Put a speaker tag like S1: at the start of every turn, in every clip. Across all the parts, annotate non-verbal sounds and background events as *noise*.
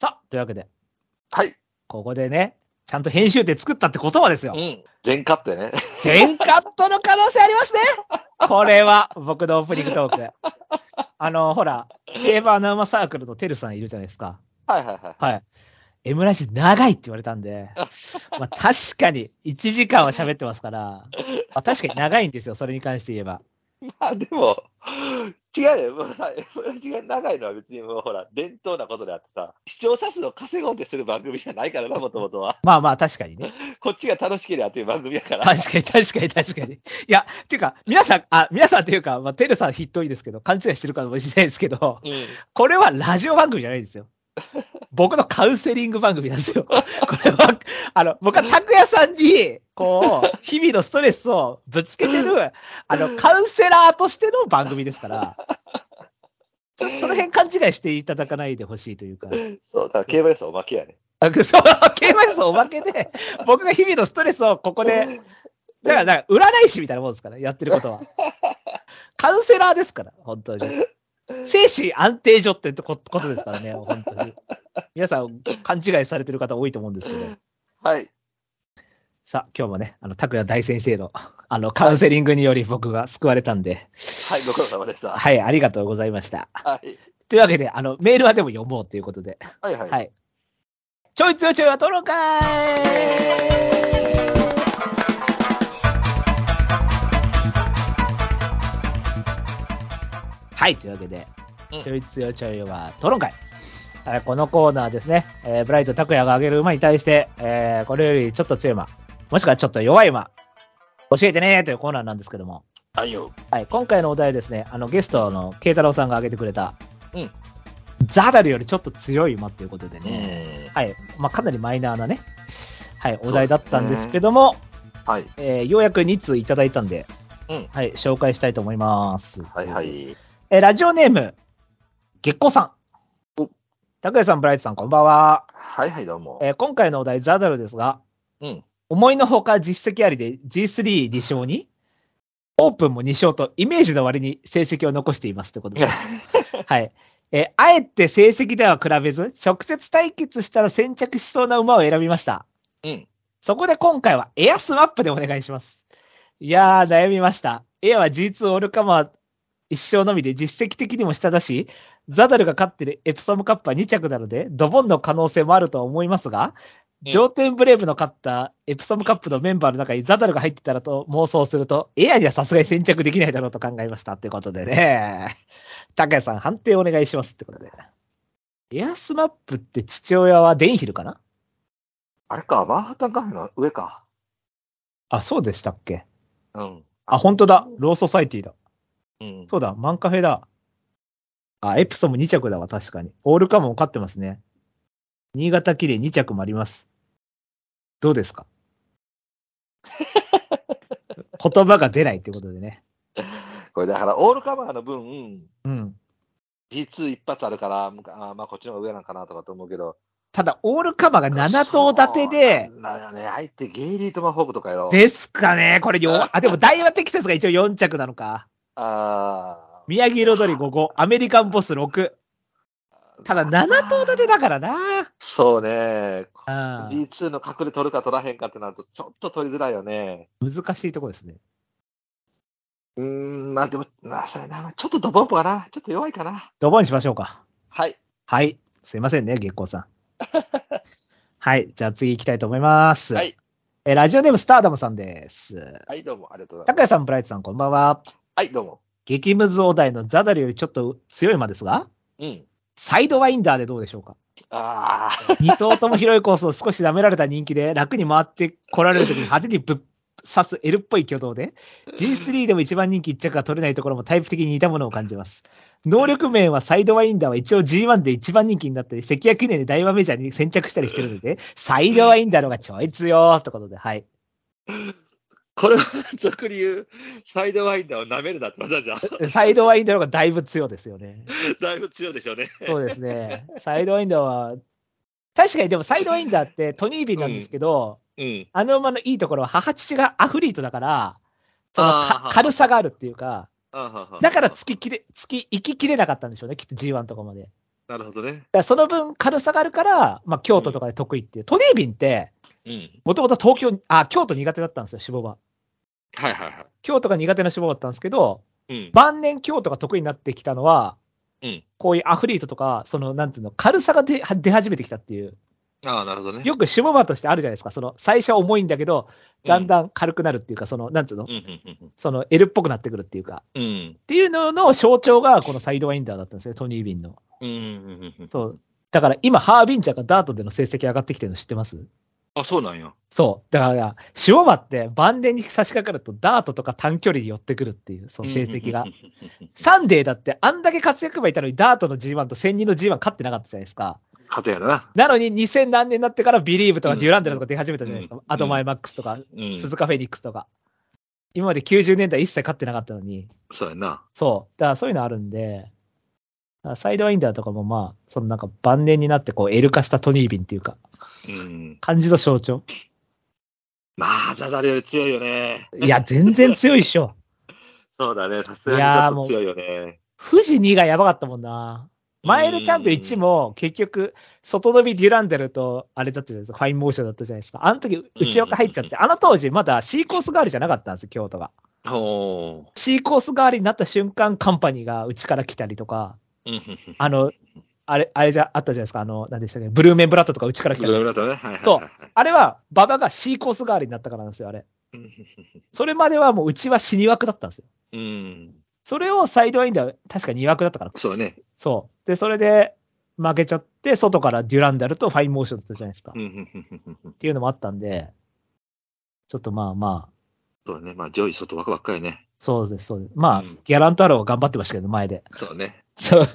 S1: さあ、というわけで、
S2: はい。
S1: ここでね、ちゃんと編集って作ったって言葉ですよ
S2: う。ん。全カットやね。
S1: 全カットの可能性ありますね。これは、僕のオープニングトーク。あの、ほら、競馬アナウマサークルのテルさんいるじゃないですか。
S2: *laughs* はいはいはい。
S1: はい。M ラジ長いって言われたんで、まあ確かに1時間は喋ってますから、まあ確かに長いんですよ、それに関して言えば。
S2: あでも、違うよ、もうさ、私が長いのは別にもうほら、伝統なことであってさ、視聴者数を稼ごうってする番組じゃないからな、もともとは。
S1: まあまあ確かにね。
S2: こっちが楽しければっていう番組やから。
S1: 確かに確かに確かに。いや、っていうか、皆さん、あ、皆さんっていうか、まあテルさん筆頭にですけど、勘違いしてるかもしれないですけど、
S2: うん、
S1: これはラジオ番組じゃないんですよ。僕のカウンセリング番組なんですよ。これは、あの、僕は拓也さんに、こう、日々のストレスをぶつけてる、あの、カウンセラーとしての番組ですから、そその辺勘違いしていただかないでほしいというか、
S2: そう、だから競馬予想おまけやね。
S1: あそう、競馬予想おまけで、僕が日々のストレスをここで、だから、だから占い師みたいなもんですから、やってることは。カウンセラーですから、本当に。精神安定所ってこことですからね、本当に。皆さん、勘違いされてる方多いと思うんですけど。
S2: はい。
S1: さあ、今日もね、あの、拓也大先生の、あの、カウンセリングにより僕が救われたんで、
S2: はい、ご苦労様でした。
S1: はい、ありがとうございました。
S2: はい。
S1: というわけで、あの、メールはでも読もうということで。
S2: はいはい。
S1: はい。ちょいつよちょいは撮ろうかいはい、というわけで、
S2: うん
S1: ちょいつよちょいは撮ろうかい。はいこのコーナーですね、えーブライト拓也が上げる馬に対して、えーこれよりちょっと強い馬、もしくはちょっと弱い馬、教えてねーというコーナーなんですけども、
S2: はいよ。
S1: はい、今回のお題はですね、あのゲストの慶太郎さんが挙げてくれた、
S2: うん
S1: ザダルよりちょっと強い馬ということで
S2: う
S1: ね、
S2: ん。
S1: はいまあ、かなりマイナーなね、はい、お題だったんですけども、
S2: はい。
S1: えーようやく2通いただいたんで、
S2: うん
S1: はい、紹介したいと思います。
S2: はいはい。
S1: えーラジオネーム、月光さん。拓也さん、ブライトさん、こんばんは。
S2: はいはい、どうも。
S1: えー今回のお題、ザダルですが、
S2: うん。
S1: 思いのほか実績ありで G32 勝に、オープンも2勝と、イメージの割に成績を残していますということで
S2: *laughs*
S1: はい。えーあえて成績では比べず、直接対決したら先着しそうな馬を選びました。
S2: うん。
S1: そこで今回はエアスマップでお願いします。いやー、悩みました。エアは G2 オールカマー一勝のみで実績的にも下だし、ザダルが勝ってるエプソムカップは2着なので、ドボンの可能性もあるとは思いますが、
S2: うん
S1: 上天ブレイブの勝ったエプソムカップのメンバーの中にザダルが入ってたらと妄想すると、エアにはさすがに先着できないだろうと考えました。ということでね、高谷さん判定お願いしますってことで。エアスマップって父親はデンヒルかな
S2: あれか、マンハッタンカフェの上か。
S1: あ、そうでしたっけ
S2: うん。
S1: あ、本当だ。ローソサイティだ。
S2: うん。
S1: そうだ、マンカフェだ。あ、エプソム2着だわ、確かに。オールカモン勝ってますね。新潟綺麗2着もあります。どうですか言葉が出ないってことでね。
S2: これだから、オールカバーの分、
S1: うん。
S2: G2 一発あるから、むかあーまあ、こっちの方が上なんかなとかと思うけど、
S1: ただ、オールカマが7頭立てで
S2: そ、うなんだよね、相手ゲイリートマホークとかやろ。
S1: ですかね、これ弱、あ、でも、ダイワテキサスが一応4着なのか。
S2: あー
S1: 宮城彩り5、5、アメリカンボス6。ただ、7頭立てだからな。
S2: そうね。
S1: あ
S2: G2 の角で取るか取らへんかってなると、ちょっと取りづらいよね。
S1: 難しいとこですね。
S2: うーん、まあでも、まあそれな、ちょっとドボンポかな。ちょっと弱いかな。
S1: ドボンにしましょうか。
S2: はい。
S1: はい。すいませんね、月光
S2: *laughs*
S1: さん。はい。じゃあ次行きたいと思います。
S2: はい。
S1: えーラジオネームスターダムさんです。
S2: はい、どうも、ありがとうござい
S1: 高
S2: ま
S1: 谷
S2: す。
S1: さん、ブライトさん、こんばんは。
S2: はい、どうも。
S1: 激ムズお題のザダルよりちょっと強い馬ですが、
S2: うん。
S1: サイドワインダーでどうでしょうか
S2: ああ、
S1: 2頭とも広いコースを少し舐められた人気で楽に回ってこられるときに派手にぶっ刺す L っぽい挙動で G3 でも一番人気1着が取れないところもタイプ的に似たものを感じます能力面はサイドワインダーは一応 G1 で一番人気になったり関谷記念で大和メジャーに先着したりしてるのでサイドワインダーの方がちょい強いということではい
S2: これは、俗に言う、サイドワインダーを舐めるなってまたじゃん。 *laughs*
S1: サイドワインダーの方がだいぶ強いですよね
S2: だいぶ強いでしょうね。
S1: そうですねサイドワインダーは確かにでもサイドワインダーってトニービンなんですけど、
S2: うん。
S1: あの馬のいいところは母父がアフリートだから、その
S2: あー
S1: か
S2: はい
S1: 軽さがあるっていうか、
S2: あーはーはー
S1: だから突ききれ、突き、行ききれなかったんでしょうね、きっと G1 とかまで。
S2: なるほどね。
S1: だからその分軽さがあるから、まあ、京都とかで得意っていう。トネービンって、
S2: うん。
S1: もともと東京、あ、京都苦手だったんですよ、脂肪は。
S2: はいはいは
S1: 京都が苦手な脂肪だったんですけど、
S2: い。うん。
S1: 晩年京都が得意になってきたのは、
S2: うん
S1: こういうアフリートとか、その、なんつうの、軽さが出出始めてきたっていう。
S2: ああ、なるほどね。
S1: よく脂肪バーとしてあるじゃないですか。その、最初は重いんだけど、だん
S2: ん。
S1: だん軽くなるっていうか、その、なんつうの、
S2: うんうん
S1: その、L っぽくなってくるっていうか。
S2: うんうん。
S1: っていうのの象徴が、このサイドワインダーだったんですね、トニー・ビンの。
S2: うん。うんうんうんうん。
S1: そう。だから今、ハービンチャーがダートでの成績上がってきてるの知ってます
S2: あ、そうなんや。
S1: そう。だから、塩場って晩年に差し掛かると、ダートとか短距離に寄ってくるっていう、その成績が
S2: うん。うんうんうんうん。
S1: サンデーだって、あんだけ活躍馬いたのに、ダートの G1 と1000人の G1 勝ってなかったじゃないですか。
S2: 勝てやな。
S1: なのに、2000何年になってから、ビリーブとかデュランデラとか出始めたじゃないです
S2: う
S1: か
S2: ん。
S1: アドマイマックスとか、
S2: うん。
S1: 鈴鹿フェニックスとか。今まで90年代一切勝ってなかったのに。
S2: そうやな。
S1: そう。だからそういうのあるんで、だからサイドワインダーとかもまあ、そのなんか晩年になってこう、L 化したトニービンっていうか、
S2: うん。
S1: 感じの象徴。
S2: まあ、ザザルより強いよね。
S1: いや、全然強いっしょ。
S2: そうだね。さすがに
S1: い
S2: ち
S1: やー
S2: ょっと強いよね。
S1: 富士2がやばかったもんな。マイルチャンピオン1も結局、外伸びデュランデルとあれだったじゃないですか、ファインモーションだったじゃないですか。あの時、内枠入っちゃって、あの当時まだ C コース代わりじゃなかったんですよ、京都が。
S2: ほ
S1: C コース代わりになった瞬間、カンパニーが内から来たりとか、
S2: う。うんうんうん。
S1: あの、あれ、あれじゃ、あったじゃないですか、あの、何でしたっけ、ブルーメンブラッドとか内から来
S2: ブ
S1: た
S2: ラ
S1: り。
S2: ブラとね。はいはいはいはい。
S1: そうあれは、馬場が C コース代わりになったからなんですよ、あれ。
S2: うんうん
S1: それまではもう内は死に枠だったんですよ。
S2: うん。うん。
S1: それをサイドワインダーは確か2枠だったから。
S2: そうね。
S1: そう。で、それで負けちゃって、外からデュランダルとファインモーションだったじゃないですか。
S2: う
S1: っ
S2: んうんうんうんうんうん。
S1: ていうのもあったんで、ちょっとまあまあ、
S2: そうね。まあ、上位外枠ばっかりね。
S1: そうです、そうです。まあ、
S2: うん
S1: ギャラントアローは頑張ってましたけど、前で。
S2: そうね。
S1: そう。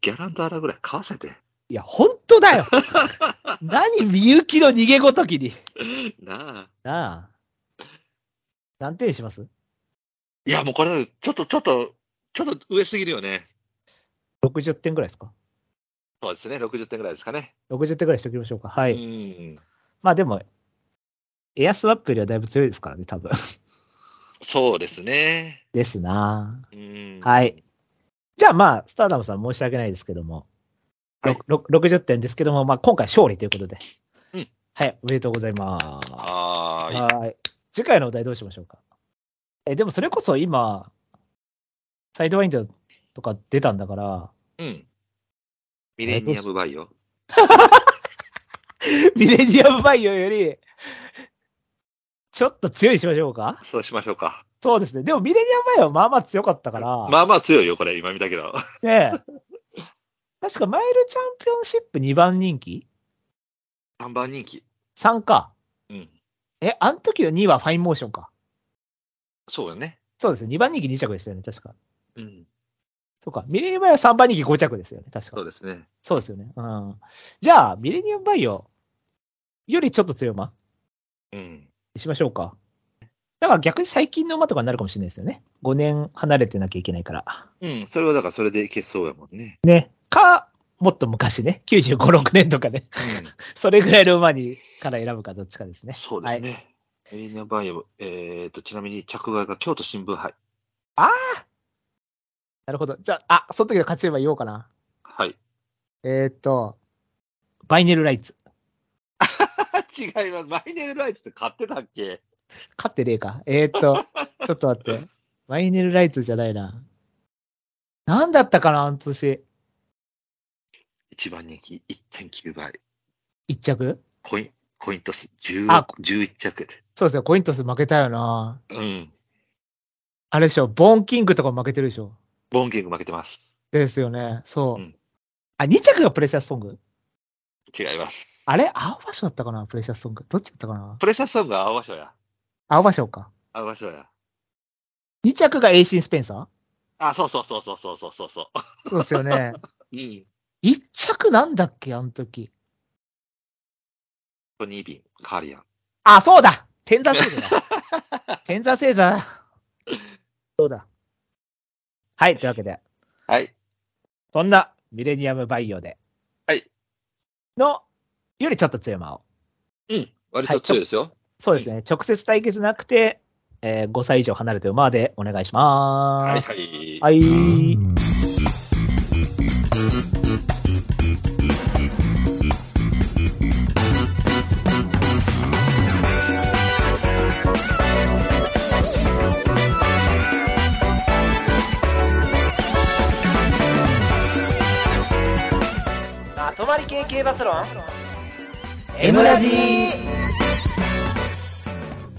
S2: ギャランドアラぐらい買わせて。
S1: いや、本当だ
S2: *laughs*
S1: よ何、みゆきの逃げごときに。
S2: なあ。
S1: なあ。何点にします
S2: いや、もうこれ、ちょっと、ちょっと、ちょっと上すぎるよね。
S1: ?60 点ぐらいですか
S2: そうですね。60点ぐらいですかね。
S1: ?60 点ぐらいしておきましょうか。は。
S2: はいうん。
S1: まあでも、エアスワップよりはだいぶ強いですからね、多分。 *laughs*
S2: そうですね。
S1: ですな
S2: うん。
S1: あはい。。じゃあまあ、スターダムさん申し訳ないですけども、
S2: はい
S1: ろくろく60点ですけども、まあ今回勝利ということで。
S2: うん
S1: はい、おめでとうございます。
S2: はーい。
S1: はい。次回のお題どうしましょうか。え、でもそれこそ今、サイドワインドとか出たんだから、
S2: うん。ミレニアムバイオ。
S1: *laughs* ミレニアムバイオより、ちょっと強いしましょうか
S2: そうしましょうか。
S1: そうですね。でもミレニアムバイオはまあまあ強かったから、
S2: まあまあ強いよ、これ、今見たけど。
S1: ねえ確かマイルチャンピオンシップ2番人気
S2: 3番人気。
S1: ?3 か。
S2: うん。
S1: え、あの時の2はファインモーションか。
S2: そうよね。
S1: そうですね。2番人気2着でしたよね、確か。
S2: うん。
S1: そうか。ミレニアムバイオ3番人気5着ですよね、確
S2: そ
S1: か
S2: う。ですね。
S1: そうですよね。うん。じゃあ、ミレニアムバイオよりちょっと強い馬
S2: うん。
S1: にしましょうか。だから逆に最近の馬とかになるかもしれないですよね。5年離れてなきゃいけないから。
S2: うん。それはだから、それでいけそうやもんね。
S1: ね。か、もっと昔ね。95、6年とかね。
S2: うん。
S1: それぐらいの馬にから選ぶかどっちか
S2: *laughs*
S1: ですね。
S2: そうです
S1: はい、
S2: ね。ミレニアムバイオ、えっと、ちなみに着替えが京都新聞杯。
S1: なるほど。じゃあ、あ、その時の勝ち馬言おうかな。
S2: はい。
S1: えーっと、バイネルライツ。
S2: *laughs* 違います。マイネルライツって買ってたっけ
S1: 勝ってねえか。えーっと、 *laughs* ちょっと待って。バイネルライツじゃないな。なんだったかな、あの年。
S2: ?1 番人気1.9倍。
S1: 1着
S2: コイン、コイントス
S1: あ
S2: 10 11着で。
S1: そうですね、コイントス負けたよな。
S2: うん。
S1: あれでしょ、ボーンキングとかも負けてるでしょ。
S2: ボンキング負けてます。
S1: ですよね、そう。
S2: うん
S1: あ、2着がプレシャスソング
S2: 違います。
S1: あれ青葉賞だったかな、プレシャスソング。どっちだったかな
S2: プレシャスソングは青葉賞や。
S1: 青葉賞か。
S2: 青葉賞や。
S1: 2着がエイシン・スペンサ
S2: あ、そうそうそうそうそうそうそうそ
S1: ーそうですよ *laughs* ね。
S2: う。うん。
S1: 1着なんだっけ、あの時。
S2: トニービン、カーリアン。
S1: あ、そうだ天座
S2: *laughs*
S1: 星座だ。天座星座。そうだ。はい、というわけで、
S2: はい。
S1: そんなミレニアムバイオで。
S2: はい。
S1: の、よりちょっと強い馬を。
S2: うん。割と強いですよ。
S1: そうですね。直接対決なくて、えー5歳以上離れてる馬でお願いしま
S2: はい、
S1: す。
S2: はい。
S1: はい。はい
S3: まり系系バスロン
S2: M ラジ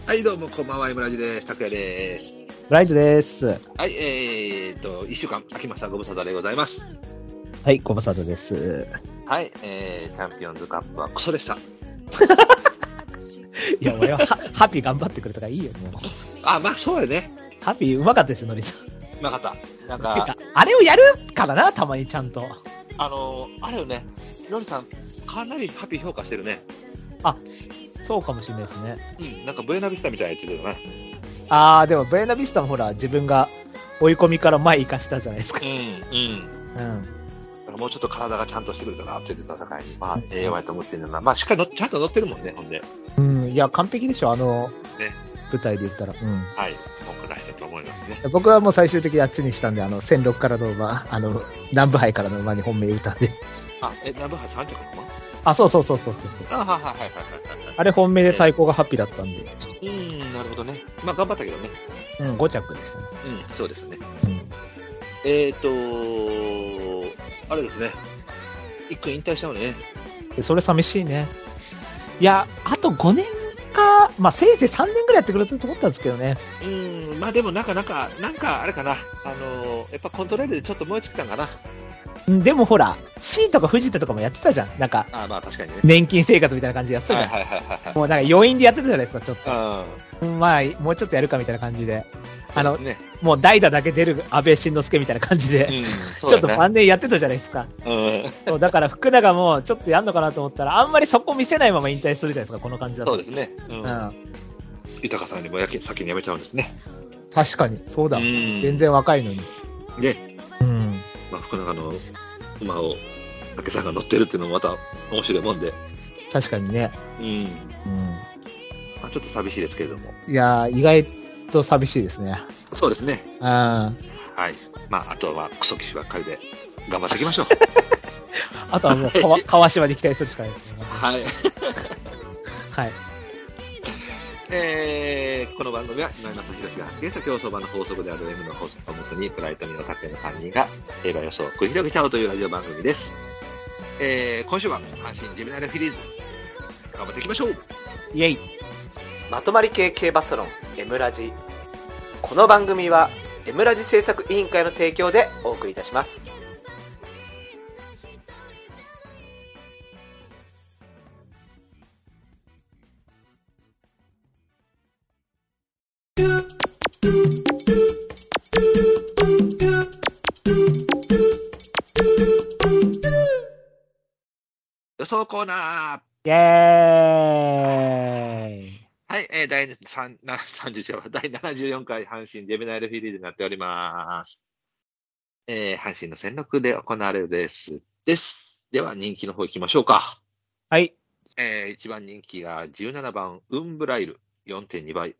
S2: はい、どうも、こんばんは、M ラジです。拓也です。
S1: ライトです。
S2: はい、えー、と、一週間、秋ました。ご無沙汰でございます。
S1: はい、ご無沙汰です。
S2: はい、えー、チャンピオンズカップはクソでした。
S1: いや、俺はハハピー頑張ってくれたからいいよ、もう。
S2: あ、まあ、そうやね。
S1: ハピーうまかったでしょ、ノリさん。て
S2: うまかった。なんか
S1: か、、あれをやるからな、たまにちゃんと。
S2: あのー、あれよね、のりさん、かなりハッピー評価してるね。
S1: そうかもしれないですね。
S2: うん、なんか、ブエナビスタみたいなやつだよな。
S1: あー、でも、ブエナビスタもほら、自分が追い込みから前生かしたじゃないですか。
S2: うん、うん。
S1: うん。
S2: もうちょっと体がちゃんとしてくれたなって言ってた境に、まあ、ええわやと思ってんだな。まあ、しっかりのちゃんと乗ってるもんね、ほんで。
S1: うん、いや、完璧でしょ、あの、
S2: ね
S1: 舞台で言ったら。うん。
S2: はい、文句出したと思いますね。
S1: 僕はもう最終的にあっちにしたんで、あの、1006からの馬、あの、南部杯からの馬に本命打ったんで。
S2: あ、え、ナブハ3着の
S1: あ、そうそうそうそうそうそう。
S2: あ、はいはいはいはいはいはい。
S1: あれ本命で対抗がハッピーだったんで、
S2: うーん、なるほどね。まあ、頑張ったけどね。
S1: うん、5着でしたね。
S2: うん、そうですね。
S1: うん。
S2: えーとあれですね。一君引退したのね。
S1: でそれ寂しいね。いや、あと5年か、まあ、せいぜい3年ぐらいやってくれてると思ったんですけどね。
S2: うーん、まあでもなんかなんか、なんかあれかな。あのーやっぱコントロールでちょっと燃え尽きたんかな。
S1: うんでもほら、シーとか藤田とかもやってたじゃん。なんか、
S2: あーまあ確かにね。
S1: 年金生活みたいな感じでやってたじ
S2: は
S1: ゃ
S2: い
S1: ん。
S2: はいはいはいはい。
S1: もうなんか余韻でやってたじゃないですか、ちょっ
S2: うん
S1: と。まあ、もうちょっとやるかみたいな感じで。あ
S2: そう
S1: の
S2: です、ね、
S1: もう代打だけ出る安倍晋之助みたいな感じで、
S2: うん、
S1: ち
S2: ち
S1: ょっと晩年やってたじゃないですか。
S2: うん、
S1: そうだから福永もちょっとやんのかなと思ったら、あんまりそこ見せないまま引退するじゃないですか、この感じだと。
S2: そうですね。うん。
S1: うん。
S2: 豊さんにもやけ先にやめちゃうんですね。
S1: 確かに、そうだ。全
S2: 全。
S1: 然若いのに。
S2: ね、
S1: うん。
S2: まあ、福永の馬を武さんが乗ってるっていうのもまた面白いもんで、
S1: 確かにね。
S2: うん。
S1: うん。
S2: まあ、ちょっと寂しいですけれども。
S1: いやー、意外と寂しいですね。
S2: そうですね。
S1: うん。あ
S2: はい。まあ、あとはまあクソ騎士ばっかりで頑張っていきましょう。
S1: とはもう川、川島に期待するしかないですね。
S2: *laughs* はい。
S1: はい。
S2: えーこの番組は今井正弘が発見した競走馬の法則である M の法則をもとにプライトミの拓也の3人が競馬予想を繰り広げちゃおうというラジオ番組です、えー今週は阪神ジェミナルフィリーズ頑張っていきましょう
S1: イェイ。
S3: まとまり系系バスロン M ラジこの番組は M ラジ制作委員会の提供でお送りいたします
S2: 予想コーナー
S1: イェーイ。
S2: はい、えー、第3 31話第74回阪神ジェミナイルフィリーズになっております。えー、阪神の戦力で行われるレースです。では、人気の方行きましょうか。
S1: はい。
S2: えー、1番人気が17番、ウンブライル、4.2倍。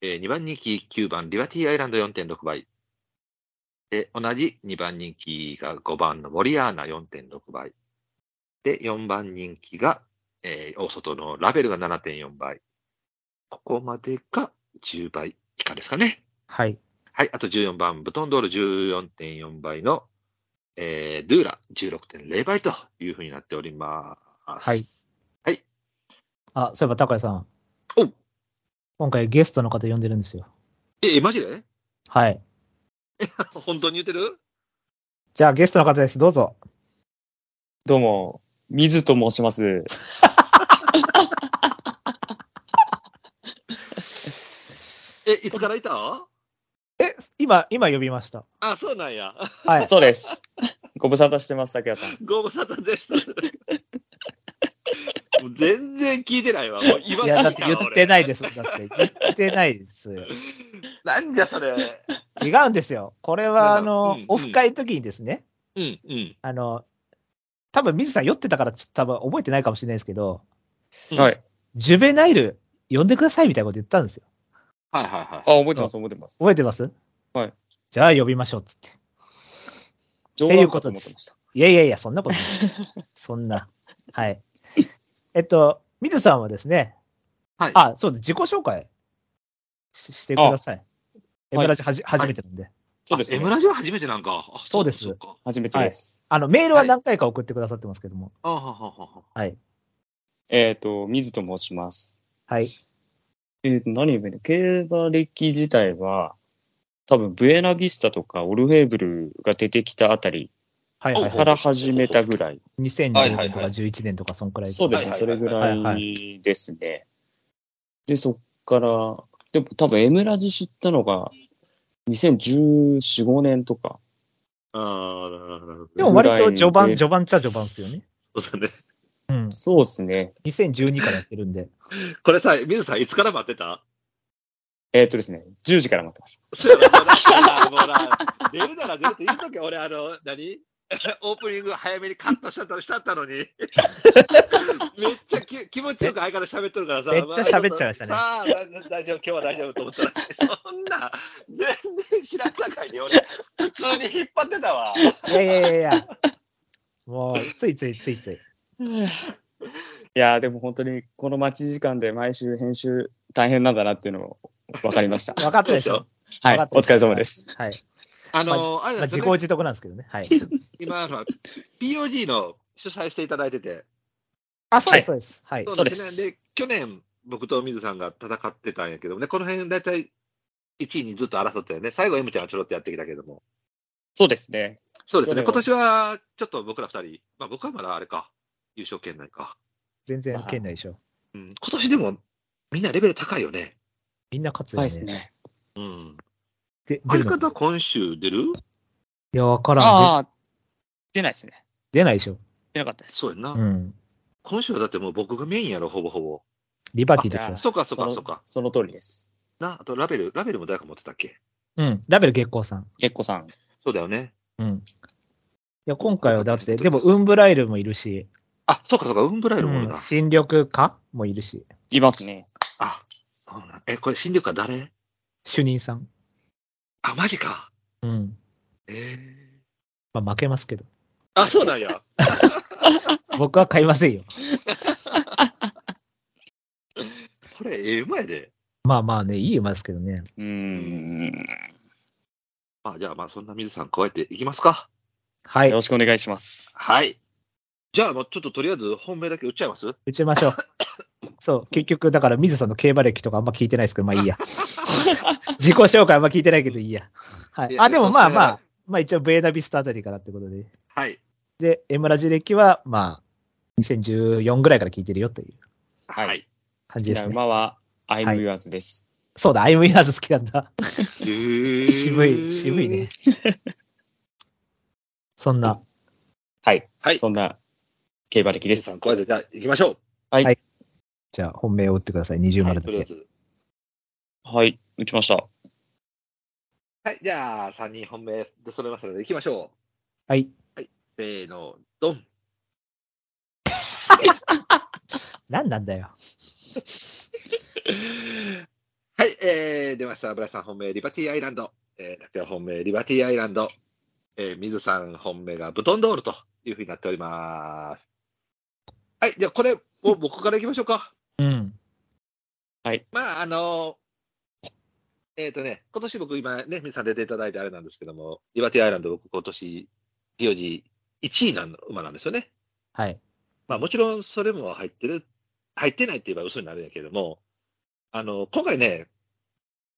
S2: えー、2番人気、9番、リバティアイランド、4.6倍。で、同じ2番人気が5番のモリアーナ、4.6倍。で、4番人気が、えー、大外のラベルが7.4倍。ここまでが10倍以下ですかね。
S1: はい。
S2: はい、あと14番、ブトンドール14.4倍の、えー、ドゥーラ16.0倍というふうになっております。
S1: はい。
S2: はい。
S1: あ、そういえば、高谷さん。
S2: おう
S1: 今回ゲストの方呼んでるんですよ。
S2: え、マジで *laughs*
S1: はい。
S2: 本当に言ってる
S1: じゃあ、ゲストの方です。どうぞ。
S4: どうも、水と申します。
S2: え、いつからいた
S1: え、今、今呼びました。
S2: あ、そうなんや。
S1: はい。
S4: *laughs* そうです。ご無沙汰してます、竹谷さん。
S2: ご無沙汰です。 *laughs* もう全然聞いてないわ。もう今
S1: いや、だ
S2: 聞
S1: っ
S2: い
S1: て
S2: た
S1: 言
S2: わ
S1: って
S2: 俺。
S1: ないです。だって言ってないです。
S4: *laughs*
S2: なんじゃそれ。
S1: 違うんですよ。これは、あの、
S2: うんうん
S1: オフ会の時にですね、
S2: うん、うん。
S1: あの、多分水さん酔ってたから、ちょっと多分覚えてないかもしれないですけど、
S4: はい。
S1: ジュベナイル呼んでくださいみたいなこと言ったんですよ。
S2: はいはい
S4: あ、
S2: はい。
S4: 覚えてます、覚えてます。
S1: 覚えてます
S4: はい。
S1: じゃあ呼びましょうっつって。
S4: 冗談かと思ってました。
S1: いやいやいや、そんな
S4: *laughs*
S1: ことない。そんな。はい。えっと、水さんはですね、
S2: はい
S1: あ、そうです。自己紹介ししてください。エムラジはじ、初めてなんで。
S4: そうです、
S2: あ
S4: ね
S2: M。ラジは初めてなんか。あ
S1: そうです
S2: そっか。
S4: 初めてです。
S1: あの、メールは何回か送ってくださってますけども。
S2: あはははは。
S4: えっ、と、水と申します。
S1: はい。
S4: えっ、と、何言えばいいの競馬歴自体は、多分、ブエナビスタとかオルフェーブルが出てきたあたり
S1: はいはいは
S4: から始めたぐらい。
S1: い。
S2: はい
S1: 2010
S2: はい
S1: 年と
S2: は
S1: か
S2: い
S1: 11年とか、そんくらい。
S4: そうですね、
S2: はい
S4: そ
S2: はいは
S4: れ
S2: い
S4: ぐらいですね。で、そっから、でも多分、エムラジ知ったのが、2014、5年とか。
S2: ああ、なるほどなるほど
S1: でも割と序
S4: ぐらい
S1: 盤、
S4: で
S1: 序盤っちゃ序盤ですよね。
S2: そうです。
S1: うん。
S4: そうですね。
S1: 2012からやってるん
S4: *laughs*
S1: で。
S2: これさ、水さん、いつから待ってた
S4: えっ、とですね、10時から待ってまし
S2: そうだほら、ほら出るなら出るって言うとき、俺、あの、何 *laughs* オープニング早めにカットしちゃったのしたったのに。 *laughs* めっちゃき気持ちよく相方喋っとるからさ。
S1: めっちゃ喋っちゃいましたね
S2: さあ、な大丈夫、今日は大丈夫と思ったら、 *laughs* そんな、全然知らんさかいに俺、普通に引っ張ってたわ。
S1: いやいやいやいや。もう、ついついついつい。
S4: た。いやー、でも本当に、この待ち時間で毎週編集大変なんだなっていうのを分かりました。
S1: 分かったでしょ。
S4: はい
S1: 分かっ、た
S4: お疲れ様です。。
S1: はい。
S2: あの、あれ
S1: まあ、
S2: なんです
S1: 自
S2: よ
S1: 業
S2: ね、
S1: 自得なんですけどね。
S4: *laughs*
S1: はい。
S2: 今、あの POG の主催していただいてて、
S1: あ、そうです、そうです。はい。
S2: そうで
S4: そう
S2: す
S4: で
S2: ね。
S4: す
S2: で、去年、僕と水さんが戦ってたんやけどもね、この辺、大体1位にずっと争ってたよね。最後、M ちゃんはちょろっとやってきたけども。
S4: そうですね。
S2: そうですね。
S4: 去
S2: 今
S4: 年
S2: 年は、ちょっと僕ら2人、まあ僕はまだあれか、優勝圏内か。
S1: 全然県内でしょ。
S2: うん。今年でも、みんなレベル高いよね。
S1: みんな勝つよ
S4: そう
S1: ね。
S4: ですね。
S2: うん。
S1: で出
S2: 相
S1: るの
S2: 方、今週出る
S1: いや、わからん。
S4: ああ、出ないですね。
S1: で出ないでしょ。
S4: 出なかったです。
S2: そうやんな。
S1: うん。
S2: 今週はだってもう僕がメインやろ、ほぼほぼ。
S1: リバティです
S4: あ
S1: よ
S4: いや。
S2: そうか、そう
S4: そ
S2: か、
S4: の
S2: そうか。
S4: その通りです。
S2: な、あとラベル、ラベルも誰か持ってたっけ
S1: うん。ラベル月光さん。
S4: 月子さん。
S2: そうだよね。
S1: うん。いや、今回はだって、でも、ウンブライルもいるし、
S2: あ、そうか、そうか、ウンブライルもおる
S1: う
S2: な。
S1: ん、新緑家もいるし、
S4: いますね。
S2: あ、そうなん。え、これ、新緑は誰
S1: 主任さん。
S2: あ、マジか。
S1: うん。
S2: えー。
S1: まあ、負けますけど。
S2: あ、そうなんや。
S1: 僕は買いませんよ。
S2: *laughs* これ、ええ馬やで。
S1: まあまあね、いい馬ですけどね。
S4: うーん。
S2: まあ、じゃあ、まあ、そんな水さん、加えていきますか。
S1: はい
S4: よ。ろしくお願いします。
S2: はい。じゃあ、もうちょっととりあえず本命だけ打っちゃいます
S1: 打ちましょ
S2: *laughs*
S1: う。そう、結局、だから、水さんの競馬歴とかあんま聞いてないですけど、まあいい
S2: *laughs*
S1: や。自己紹介あんま聞いてないけどいいや。はい。あ、でもまあまあ、。まあ一応、ベーダビスタあたりからってことで。
S2: はい。
S1: で、エムラジ歴は、まあ、2014ぐらいから聞いてるよという
S2: はい。
S4: は
S1: 感
S4: 好
S1: じで
S4: きな
S1: すね。
S4: 馬は、アイ
S1: は
S4: ム
S1: い
S4: ユアーズです。
S1: そうだ、アイムイナーズ好きなんだ。
S2: えー
S1: 渋い、渋いね。。 *laughs* そんな、
S4: はい。
S2: はい
S4: そんな、競馬歴で
S2: 水さん、
S4: す。
S2: 加えて、じゃあ、行きましょう。
S1: じゃあ本命を打ってください、20
S2: は
S1: 丸だ
S2: い、とりあえ
S1: け。
S2: ず。
S4: はい。打ちました。
S2: はい、じゃあ、3人本命で揃えましたので、行きましょう。
S1: はい。
S2: せーの、ドン。
S1: 何なんだよ。
S2: はい、えー、出ました。ブラさん本命、リバティアイランド。えー、ラピア本命、リバティアイランド。えー、水さん本命がブトンドールというふうになっております。はい、じゃあこれ、を僕からいきましょうか。
S1: うん。
S2: まあ、あのえっ、とね、今年僕今ね、水さん出ていただいてあれなんですけども、リバティアイランド僕今年、ピオジ1位なの馬なんですよね。
S1: はい。
S2: まあもちろんそれも入ってる、入ってないって言えば嘘になるんやけども、あの、今回ね、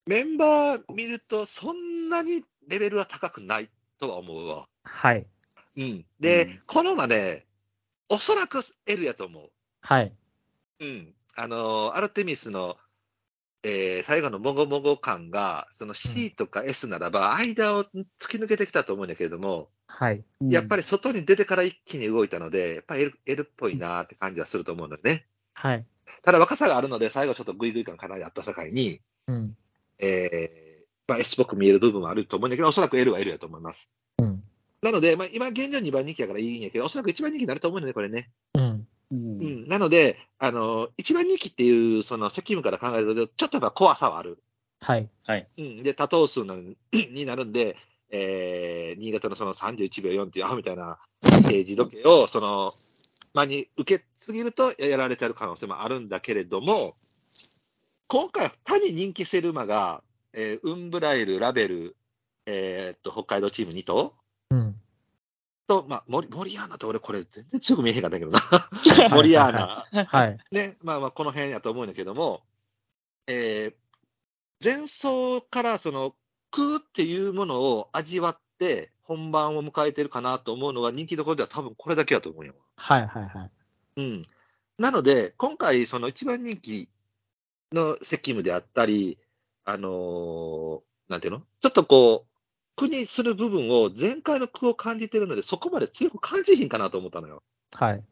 S2: メンバー見るとそんなにレベルは高くないとは思うわ。
S1: はい。
S2: うん。で、
S4: うん
S2: この馬ね、おそらく L やと思
S1: はい。
S2: う。うん。あの、アルテミスの、えー最後のもごもご感が、その C とか S ならば、間を突き抜けてきたと思うんやけれども、
S1: はい。
S2: やっぱ
S4: り。
S2: り外に出てから一気に動いたので、やっぱり L, L っぽいなーって感じはすると思うのでね。
S1: はい。
S2: ただ若さがあるので、最後ちょっとグイグイ感かなりあった境に、
S1: うん。
S2: えーまあ、S っぽく見える部分はあると思うんだけど、おそらく L は L やと思います。
S1: うん
S2: なので、まあ、今現状2番人気やからいいんやけど、おそらく1番人気になると思うのね、これね。
S1: うん。
S4: う
S2: う。
S4: ん
S2: ん、なので、あの1番人気っていうその責務から考えると、ちょっとやっぱ怖さはある。
S1: はい。
S2: うん、で、多頭数なになるん *clears throat* で、えー新潟のその31秒4っていうアホみたいな政治時計を、その、間に受けすぎるとやられてる可能性もあるんだけれども、今回、他に人気セルマが、えーウンブライル、ラベル、えーっと、北海道チーム2頭
S1: うん。
S2: と、まあ、森森アーナと俺、これ全然強く見えへんかったけどな。森アーナ。
S1: はい。
S2: ね、まあまあ、この辺やと思うんだけども、えー前走からその、食うっていうものを味わって、本番を迎えてるかなと思うのは、人気どころでは多分これだけやと思うよ。
S1: はいはいはい。
S2: うん。なので、今回、その一番人気の責務であったり、あのーなんていうのちょっとこう、苦にする部分を全開の苦を感じてるので、そこまで強く感じひんかなと思ったのよ。
S1: はい。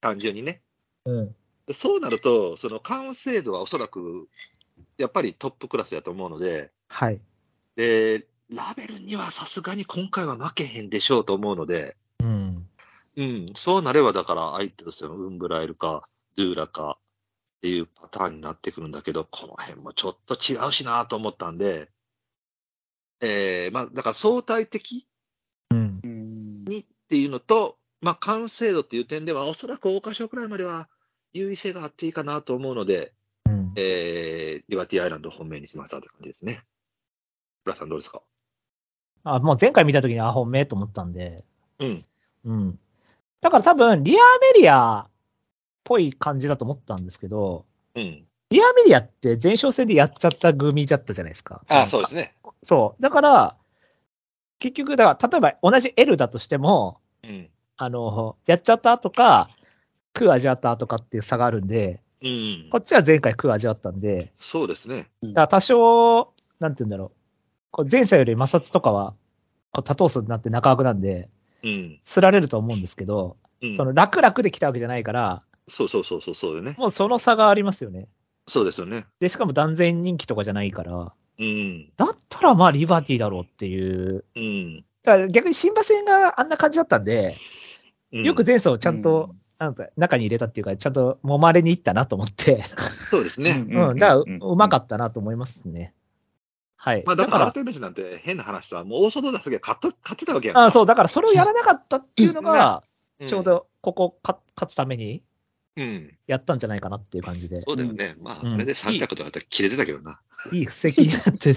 S2: 単純にね。
S1: うん。
S2: でそうなると、その完成度はおそらく、やっぱりトップクラスだと思うので、
S1: はい。
S2: で、ラベルにはさすがに今回は負けへんでしょうと思うので、
S1: うん。
S2: うん、そうなればだから相手としてのウンブラエルか、ドゥーラかっていうパターンになってくるんだけど、この辺もちょっと違うしなと思ったんで、えー、まあ、だから相対的
S1: うん。
S4: うん
S2: っていうのと、まあ、完成度っていう点では、おそらく桜花賞くらいまでは優位性があっていいかなと思うので、
S1: うん
S2: えー、リバティアイランドを本命にしましたって感じですね。浦さんどうですか
S1: あ、もう前回見たときに、あ、本命と思ったんで。
S2: うん。
S1: うん。だから多分、リアメリアっぽい感じだと思ったんですけど、
S2: うん。
S1: リアメリアって前哨戦でやっちゃった組だったじゃないですか。
S2: あそうですね。
S1: そう。だから、結局、だから、例えば同じ L だとしても、
S2: うん。
S1: あの、やっちゃった後か、食う味わった後かっていう差があるんで、
S2: うん
S1: こ。っちは前回食う味わったんで、
S2: そうですね。
S1: だから多少、なんて言うんだろう。こう前作より摩擦とかは、こう多頭数になって中枠なんで、
S2: うん。
S1: すられると思うんですけど、
S2: うん、
S1: その楽々で来たわけじゃないから、
S2: そうそうそうそうそうよね。
S1: もうその差がありますよね。
S2: そうですよね。
S1: で、しかも断然人気とかじゃないから、
S2: うん。
S1: だったらまあリバティだろうっていう。
S2: うん。
S1: だから逆に新馬戦があんな感じだったんで、
S2: うん
S1: よく前走をちゃんと、なんか中に入れたっていうか、ちゃんと揉まれに行ったなと思って、
S2: そうですね。
S1: うん、だからううまか
S4: っ
S1: ったなと思いますね。はい。
S2: まあ、だ
S1: だ
S2: か、
S1: から
S2: アル
S1: ら、
S2: テミスなんて変な話さ、もうオーソドックスだけど勝っと勝ってたわけやんか
S1: あそう、だからそれをやらなかったっていうのが、
S2: うん
S1: ちょうどここか勝つために
S2: うん。
S1: やったんじゃないかなっていう感じで、
S2: そうだよね。まあ、
S1: うん
S2: あれで3着とかだったら切れてたけどな。
S1: いい布石になって、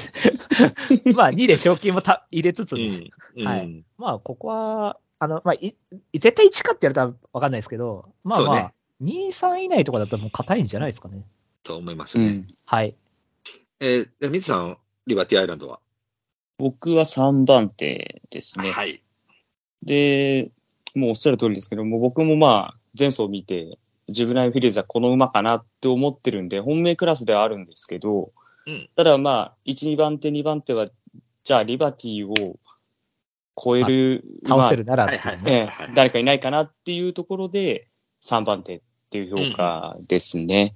S2: *laughs*
S1: まあ2で賞金もた入れつつ
S2: う
S1: ね、
S2: ん。うん
S1: はいまあここは、あの、まあい、絶対1かってやるとはわかんないですけど、まあ
S2: そう
S1: ま
S2: ね
S1: あ、2、3以内とかだったらもう硬いんじゃないですかね。
S2: と思います
S4: た
S2: ね。
S1: はい。
S2: えー、で水さん、リバティアイランドは、
S4: 僕は3番手ですね。
S2: はい。
S4: で、もうおっしゃる通りですけど、もう僕もまあ、前走見て、ジュブナイルフィリーズはこの馬かなって思ってるんで、本命クラスではあるんですけど、
S2: うん
S4: ただまあ、1、2番手、2番手は、じゃあリバティを超える、
S1: 倒
S4: まあ
S1: せるなら、
S2: はいはいはい。
S4: え
S2: はい
S4: え、誰かいないかなっていうところで、3番手っていう評価ですね。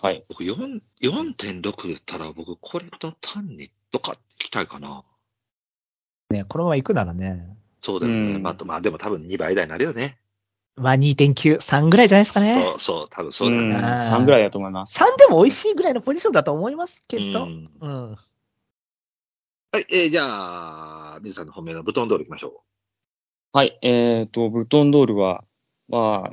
S4: はい。
S2: 僕4 4.6でったら、僕、これと単にどかってきたいかな。
S1: ね、このまま行くならね、
S2: そうだよね。
S4: うん
S2: まあ、あとまあ、でも多分2倍台になるよね。
S1: まあ2.9、3ぐらいじゃないですかね。
S2: そうそう、多分そうだよ
S4: ん、
S2: ね。
S1: あー
S4: 3ぐらいだと思います。
S1: 3でも美味しいぐらいのポジションだと思いますけ
S2: う
S1: ど、
S2: ん
S1: うん。
S2: はい、えー、じゃあ、水さんの本命の布団通り行きましょ
S4: はい。えっ、と、ブルトンドールは、まあ、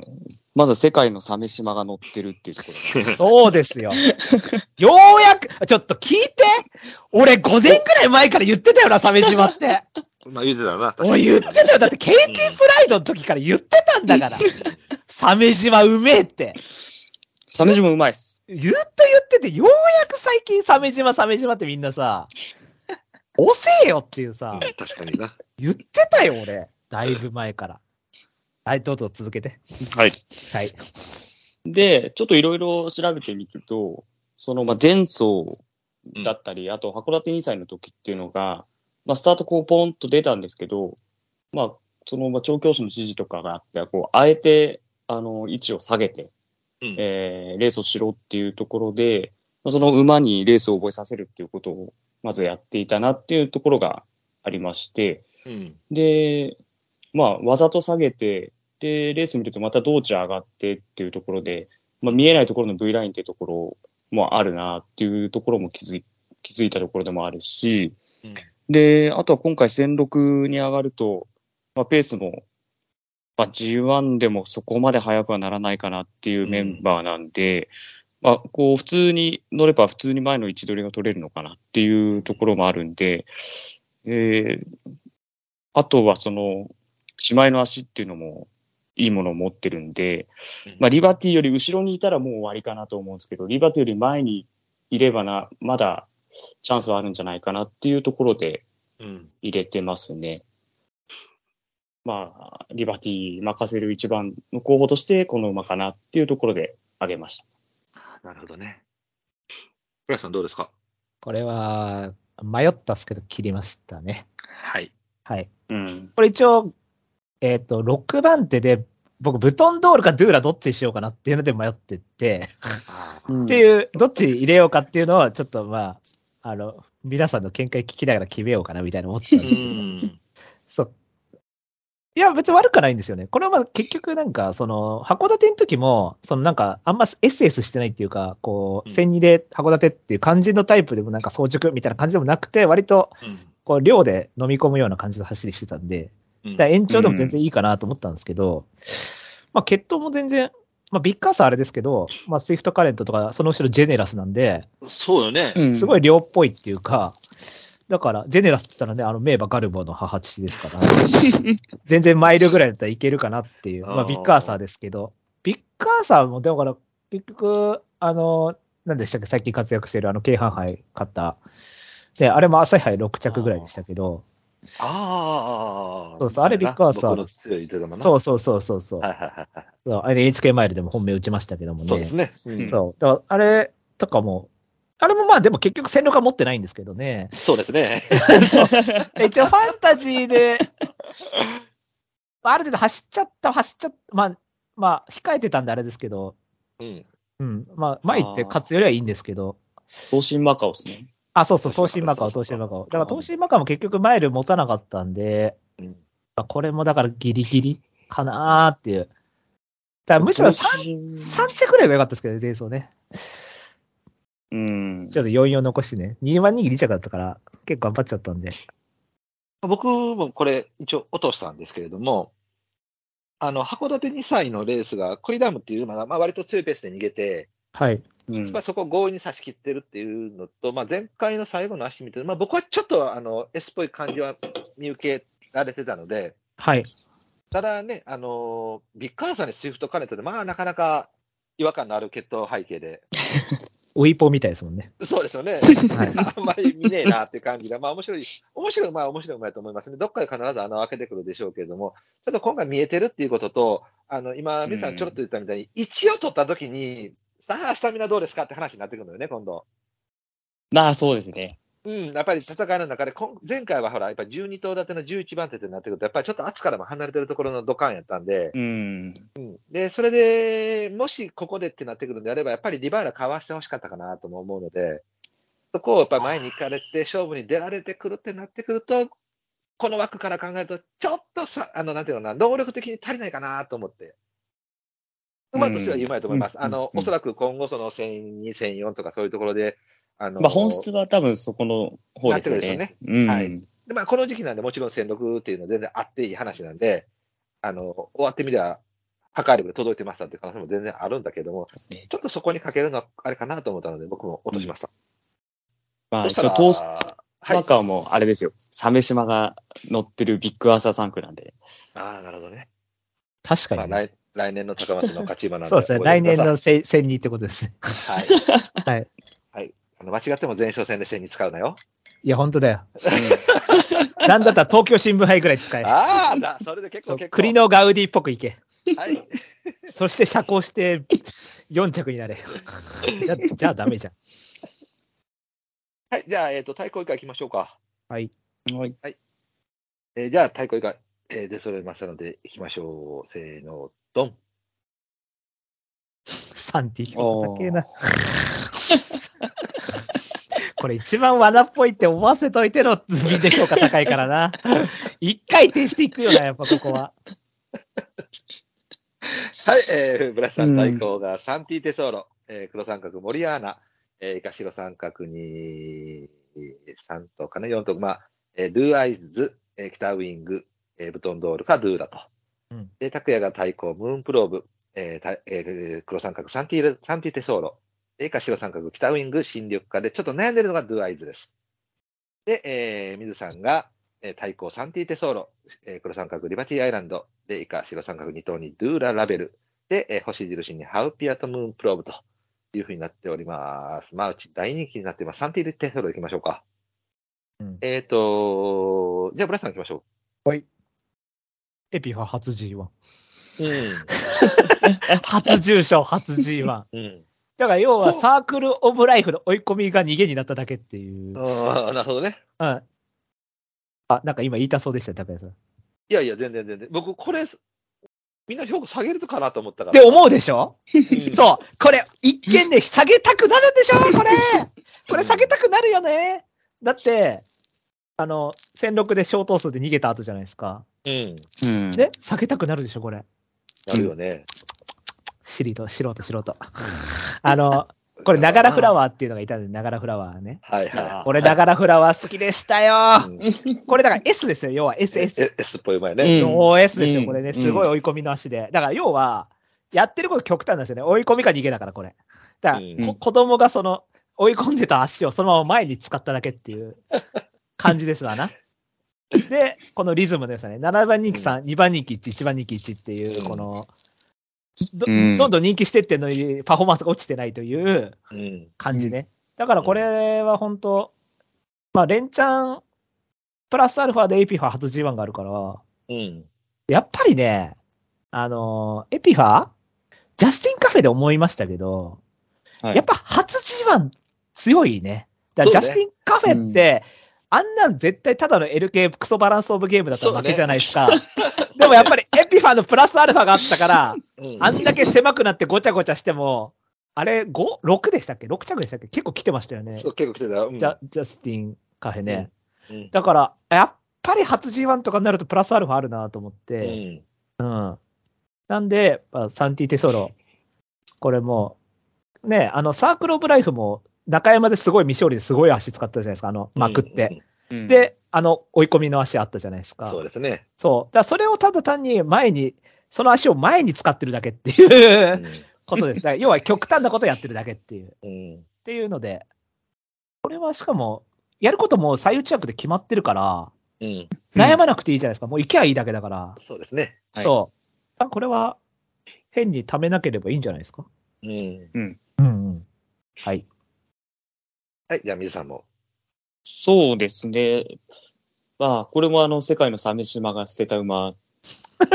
S4: まずは世界の鮫島が乗ってるっていうところが
S1: そうですよ。ようやく、ちょっと聞いて俺5年ぐらい前から言ってたよな、鮫島って。
S2: う。まあ、言うてたな、確か
S1: お
S2: に
S1: い、言ってたよ。だって、ケーキプライドの時から言ってたんだから。鮫島うめえって。
S4: 鮫島うまいっす。
S1: ずっと言ってて、ようやく最近鮫島、鮫島ってみんなさ、押せよっていう
S2: うん
S1: さ、
S2: 確かにな。
S1: 言ってたよ、俺。だいぶ前から。はい、どうぞ続けて。
S4: はい。
S1: はい。
S4: で、ちょっといろいろ調べてみると、その、まあ、前走だったり、あと函館2歳の時っていうのが、まあ、スタートこうポンと出たんですけど、まあ、その、まあ、調教師の指示とかがあって、こう、あえて、あの、位置を下げて、
S2: うん
S4: えーレースをしろっていうところで、まあその馬にレースを覚えさせるっていうことを、まずやっていたなっていうところがありまして、
S2: うん。
S4: で、まあ、わざと下げて、で、レース見るとまた同値上がってっていうところで、まあ、見えないところの V ラインっていうところもあるなっていうところも気づい気づいたところでもあるし、
S1: *laughs*
S2: うん
S4: で、あとは今回1006に上がると、まあ、ペースも、まあ、G1 でもそこまで速くはならないかなっていうメンバーなんで、まあ、こう、普通に乗れば普通に前の位置取りが取れるのかなっていうところもあるんで、えーあとはその、しまいの足っていうのもいいものを持ってるんで、まあ、リバティより後ろにいたらもう終わりかなと思うんですけど、リバティより前にいればな、まだチャンスはあるんじゃないかなっていうところで
S2: うん。
S4: 入れてますね。まあ、リバティ任せる一番の候補として、この馬かなっていうところで挙げました。
S2: なるほどね。浦さんどうですか
S1: これは、迷ったっすけど、切りましたね。
S2: はい。
S1: はい。
S4: うん。
S1: これ一応、えっ、と、6番手で、僕、ブトンドールかドゥーラどっちにしようかなっていうので迷ってて、
S2: あ
S4: っ
S1: っていう、どっち入れようかっていうのを、ちょっとまあ、あの、皆さんの見解聞きながら決めようかなみたいな思ってたん
S2: ー
S1: で
S2: う
S1: すけど、
S2: ん。
S1: そう。いや、別に悪くはないんですよね。これはまあ結局なんか、その、函館の時も、そのなんか、あんまエスエスしてないっていうか、こう、
S2: うん
S1: 千二で函館っていう感じのタイプでもなんか早熟みたいな感じでもなくて、割と、こう、量で飲み込むような感じの走りしてたんで、
S2: うん。
S1: だから延長でも全然いいかなと思ったんですけど、まあ、決闘も全然、まあ、ビッグカーサーあれですけど、まあ、スイフトカレントとか、その後ろジェネラスなんで、
S2: そうよね。
S4: うん
S1: すごい量っぽいっていうか、だから、ジェネラスって言ったらね、あの、名馬ガルボの母父ですから、全然マイルぐらいだったらいけるかなっていう、ま
S2: あ
S1: あ、
S2: ー
S1: ビッグアーサーですけど、ビッグアーサーも、だから、結局、あの、何でしたっけ、最近活躍してる、あの、京阪杯勝った、で、あれも朝日杯6着ぐらいでしたけど、
S2: ああ。
S1: そうそうあれビッグアーサー
S2: 僕の強い手玉な。。
S1: そううそうそうそうそう、
S2: はいはいはいは
S1: そうあれ NHK マイルでも本命打ちましたけども
S2: い。
S1: ね。
S2: そうですね。うん
S1: そうだからあれとかも、あれもまあでも結局戦力は持ってないんですけどね。
S2: そうですね。
S1: 一応ファンタジーで、まあある程度走っちゃった、走っちゃった、まあ、まあ、控えてたんであれですけど、
S2: うん。
S1: うん、まあ、前行って勝つよりはいいんですけど、
S4: 東進マカオですね。
S1: あ、そうそう、東
S2: 東
S1: 進
S2: 進
S1: マ
S2: マ
S1: カ
S2: カ
S1: オ、
S2: オ
S1: 東進マカオ。だか
S2: う
S1: ら
S2: ん
S1: 東進マカオも結局マイル持たなかったんで、
S2: うん
S1: まあこれもだからギリギリかなーっていう。だからむしろ 3,
S4: 3?
S1: 3着ぐらいは良かったですけどね、前走ね。
S4: うん。
S1: ちょっと余韻を残してね、2番人気2着だったから、結構頑張っちゃったんで。
S2: 僕もこれ、一応落としたんですけれども、あの、函館2歳のレースが、コリダムっていう馬が、まあ、割と強いペースで逃げて、
S1: はい。
S4: うん
S2: まあ、そこを強引に差し切ってるっていうのと、まあ、前回の最後の足見て、まあ、僕はちょっとあの S っぽい感じは見受けられてたので、
S1: はい。
S2: ただね、あのービッグアーサーにシフト兼ねてて、まあ、なかなか違和感のある決闘背景で、
S1: ウィポみたいですもんね。
S2: そうですよね、
S1: はい。
S2: あんまり見ねえなって感じで、まあ、面白い、面白い、まあ、面白い馬やと思いますね、どっかで必ず穴を開けてくるでしょうけれども、ちょっと今回見えてるっていうことと、あの今、皆さんちょろっと言ったみたいに、一応取った時に、さあ、スタミナどうですかって話になってくるのよね、今度。
S4: まあ、そうですね。
S2: うん、やっぱり戦いの中で、こん前回はほら、やっぱ12頭立ての11番手ってなってくると、やっぱりちょっと圧からも離れてるところのドカンやったんで、
S4: うん。
S2: で、それで、もしここでってなってくるんであれば、やっぱりリバーラかわしてほしかったかなとも思うので、そこをやっぱ前に行かれて、勝負に出られてくるってなってくると、この枠から考えると、ちょっとさ、あの、なんていうのかな、能力的に足りないかなと思って。馬としては有名やと思います。
S4: うん
S2: あの、
S4: うん
S2: おそらく今後、その1002、1004とかそういうところで、あの、
S4: まあ、本質は多分そこの方ですよね。
S2: なって
S4: うん。
S2: はいで、まあ、この時期なんで、もちろん戦力っていうのは全然あっていい話なんで、あの、終わってみりゃ、破壊力で届いてましたっていう可能性も全然あるんだけども、ちょっとそこにかけるのはあれかなと思ったので、僕も落としました。
S4: まあ、
S2: そ
S4: 一
S2: した
S4: 応、
S2: ら
S4: 東
S2: はい。
S4: マ
S2: あ
S4: カオもあれですよ。鮫島が乗ってるビッグアーサー3区なんで。
S2: あー、なるほどね。
S1: 確か
S2: まあ、
S1: にね。
S2: 来来年の高松の勝ち馬なんで。
S1: そうですね。
S2: 覚え
S1: 来
S2: てく
S1: 年
S2: ださい
S1: のせ戦にってことです *laughs* ね。
S2: はい。
S1: はい。
S2: あの間違っても前哨戦で戦に使うなよ。
S1: いや、本当だよ。なんだったら東京新聞杯ぐらい使え。
S2: ああ、だ、それで結
S1: そ
S2: 構
S1: う
S2: 結構。
S1: 栗。のガウディっぽくいけ。
S2: はい。
S1: そして遮光して4着になれ。じゃ、じゃあダメじゃん。
S2: はい。じゃあ、えっ、と、対抗以下行きましょうか。
S4: はい。
S2: えーじゃあ、太鼓以下、えー出揃えましたので、行きましょう。せーの、ドン。
S1: サンティ。高えな。これ一番罠っぽいって思わせといてのみんで評価高いからな。一回転していくよな、やっぱここは。
S2: はい、えー、ブラスさ
S4: うんん
S2: 対抗がサンティテソーロ、えー黒三角モリアーナ、えー、イカシロ三角に3頭かね、4頭、まあ、えー、ドゥアイズ、えー、北ウィング、えーブトンドールかドゥーラと。
S1: うん
S2: で、拓也が対抗、ムーンプローブ、えーたえー黒三角サンティレサンティテソーロ、えーイカシロ三角、北ウィング、新緑化で、ちょっと悩んでるのがドゥアイズです。で、えー、水さんが、えー対抗サンティーテソーロ、えー黒三角リバティアイランド、で、以下白三角二等にドゥーララベル、で、えー星印にハウピアとムーンプローブというふうになっております。まあ、うち大人気になってます。サンティーテソーロ行きましょうか。
S1: うん
S2: えっ、と、じゃあ、ブラスさん行きましょ
S1: エピファ初 G1。
S2: う。
S1: 初重賞、初 G1。だ *laughs*
S2: うん。うん。
S1: から要はサークル・オブ・ライフの追い込みが逃げになっただけっていう。うん。
S2: ああ、なるほどね。
S1: あ、なんか今言いたそうでした、高谷 *laughs* さん。っ
S2: いやいや、全然全然。僕、これ、みんな評価下げるかなと思ったから。
S1: て思うでしょ
S2: うん
S1: そう。これ、一見で下げたくなるんでしょ *laughs* これ。これ下げたくなるよね。だって、あの、戦六で小等数で逃げた後じゃないですか。
S2: うん。
S4: うん。
S1: ね下げたくなるでしょこれ。
S2: なるよね。
S1: シリと、素人、素人。 *laughs* あの、これ、ながらフラワーっていうのがいたんで、ながらフラワーね。
S2: はいは
S1: 俺、ながらフラワー好きでした
S2: い。う
S1: よ。
S2: ん
S1: これだから S ですよ。要は S、
S2: え
S1: S。
S2: え S っぽい前ね。
S4: うん
S1: OS です
S4: う
S1: よ。
S4: ん
S1: これね、すごい追い込みの足で。だから、要は、やってること極端なんですよね。追い込みか逃げだから、これ。だから、
S2: うん
S1: こ子供がその、追い込んでた足をそのまま前に使っただけっていう感じですわな。で、このリズムですね。7番人気3、2番人気1、1番人気1っていう、この、ど
S4: うん
S1: どんどん人気してってんのにパフォーマンスが落ちてないという
S2: うん。
S1: 感じね。だからこれは本当まあ、連チャン、プラスアルファでエピファ初 G1 があるから、
S2: うん。
S1: やっぱりね、あのーエピファジャスティンカフェで思いましたけど、
S4: はい
S1: やっぱ初 G1 強いね。だ
S2: そ
S1: か
S2: うね
S1: らジャスティンカフェって、あんなん絶対ただの LK クソバランスオブゲームだったら負けじゃないですか。 *laughs* でもやっぱりエピファのプラスアルファがあったから、
S2: うん
S1: あんだけ狭くなってごちゃごちゃしても、あれ5、6でしたっけ ?6 着でしたっけ結構来てましたよね。
S2: そう、結構来てた。うん
S1: ジャジャスティンカフェね。
S2: うん
S1: だから、やっぱり初 G1 とかになるとプラスアルファあるなと思っ
S2: う
S1: て、
S2: ん。
S1: うん。なんで、まあ、サンティテソロ、これもう、ね、あの、サークル・オブ・ライフも、中山ですごい未勝利ですごい足使ったじゃないですか、あの、まくって。
S4: うん、
S1: で、あの、追い込みの足あったじゃないです
S2: う
S1: か。
S2: ん。そう
S1: そう
S2: ですね。
S1: だからそれをただ単に前に、その足を前に使ってるだけっていううことです。だから要は極端なことやってるだけっていう。っ
S2: ん。
S1: ていうので、これはしかも、やることも最内枠で決まってるから、
S2: うん。
S4: うん
S1: 悩まなくていいじゃないですか。もう行きゃいいだけだから。
S2: そうですね。
S4: はい
S1: そう。あこれは、変に貯めなければいいんじゃないですか。
S2: うん。
S1: うんうん。はい。
S2: はい、じゃあ、水さんも。
S4: そうですね。まあ、これもあの、世界の鮫島が捨て
S1: *laughs*
S4: た馬、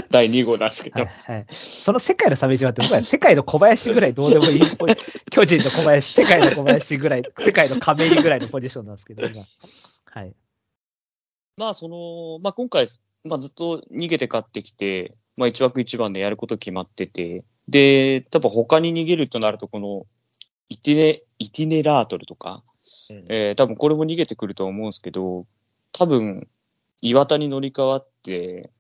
S4: 第2号なんですけ
S1: はい
S4: ど、
S1: はい、その世界の鮫島って僕は世界の小林ぐらいどうでもいい。巨人の小林、世界の小林ぐらい、世界の亀井ぐらいのポジションなんですけど、今。はい。
S4: まあ、その、まあ今回、まあずっと逃げて勝ってきて、まあ1枠1番でやること決まってて、で、多分他に逃げるとなると、この、イテネ、イティネラートルとか、えー多分これも逃げてくると思うんですけど、多分、岩田に乗り換わって、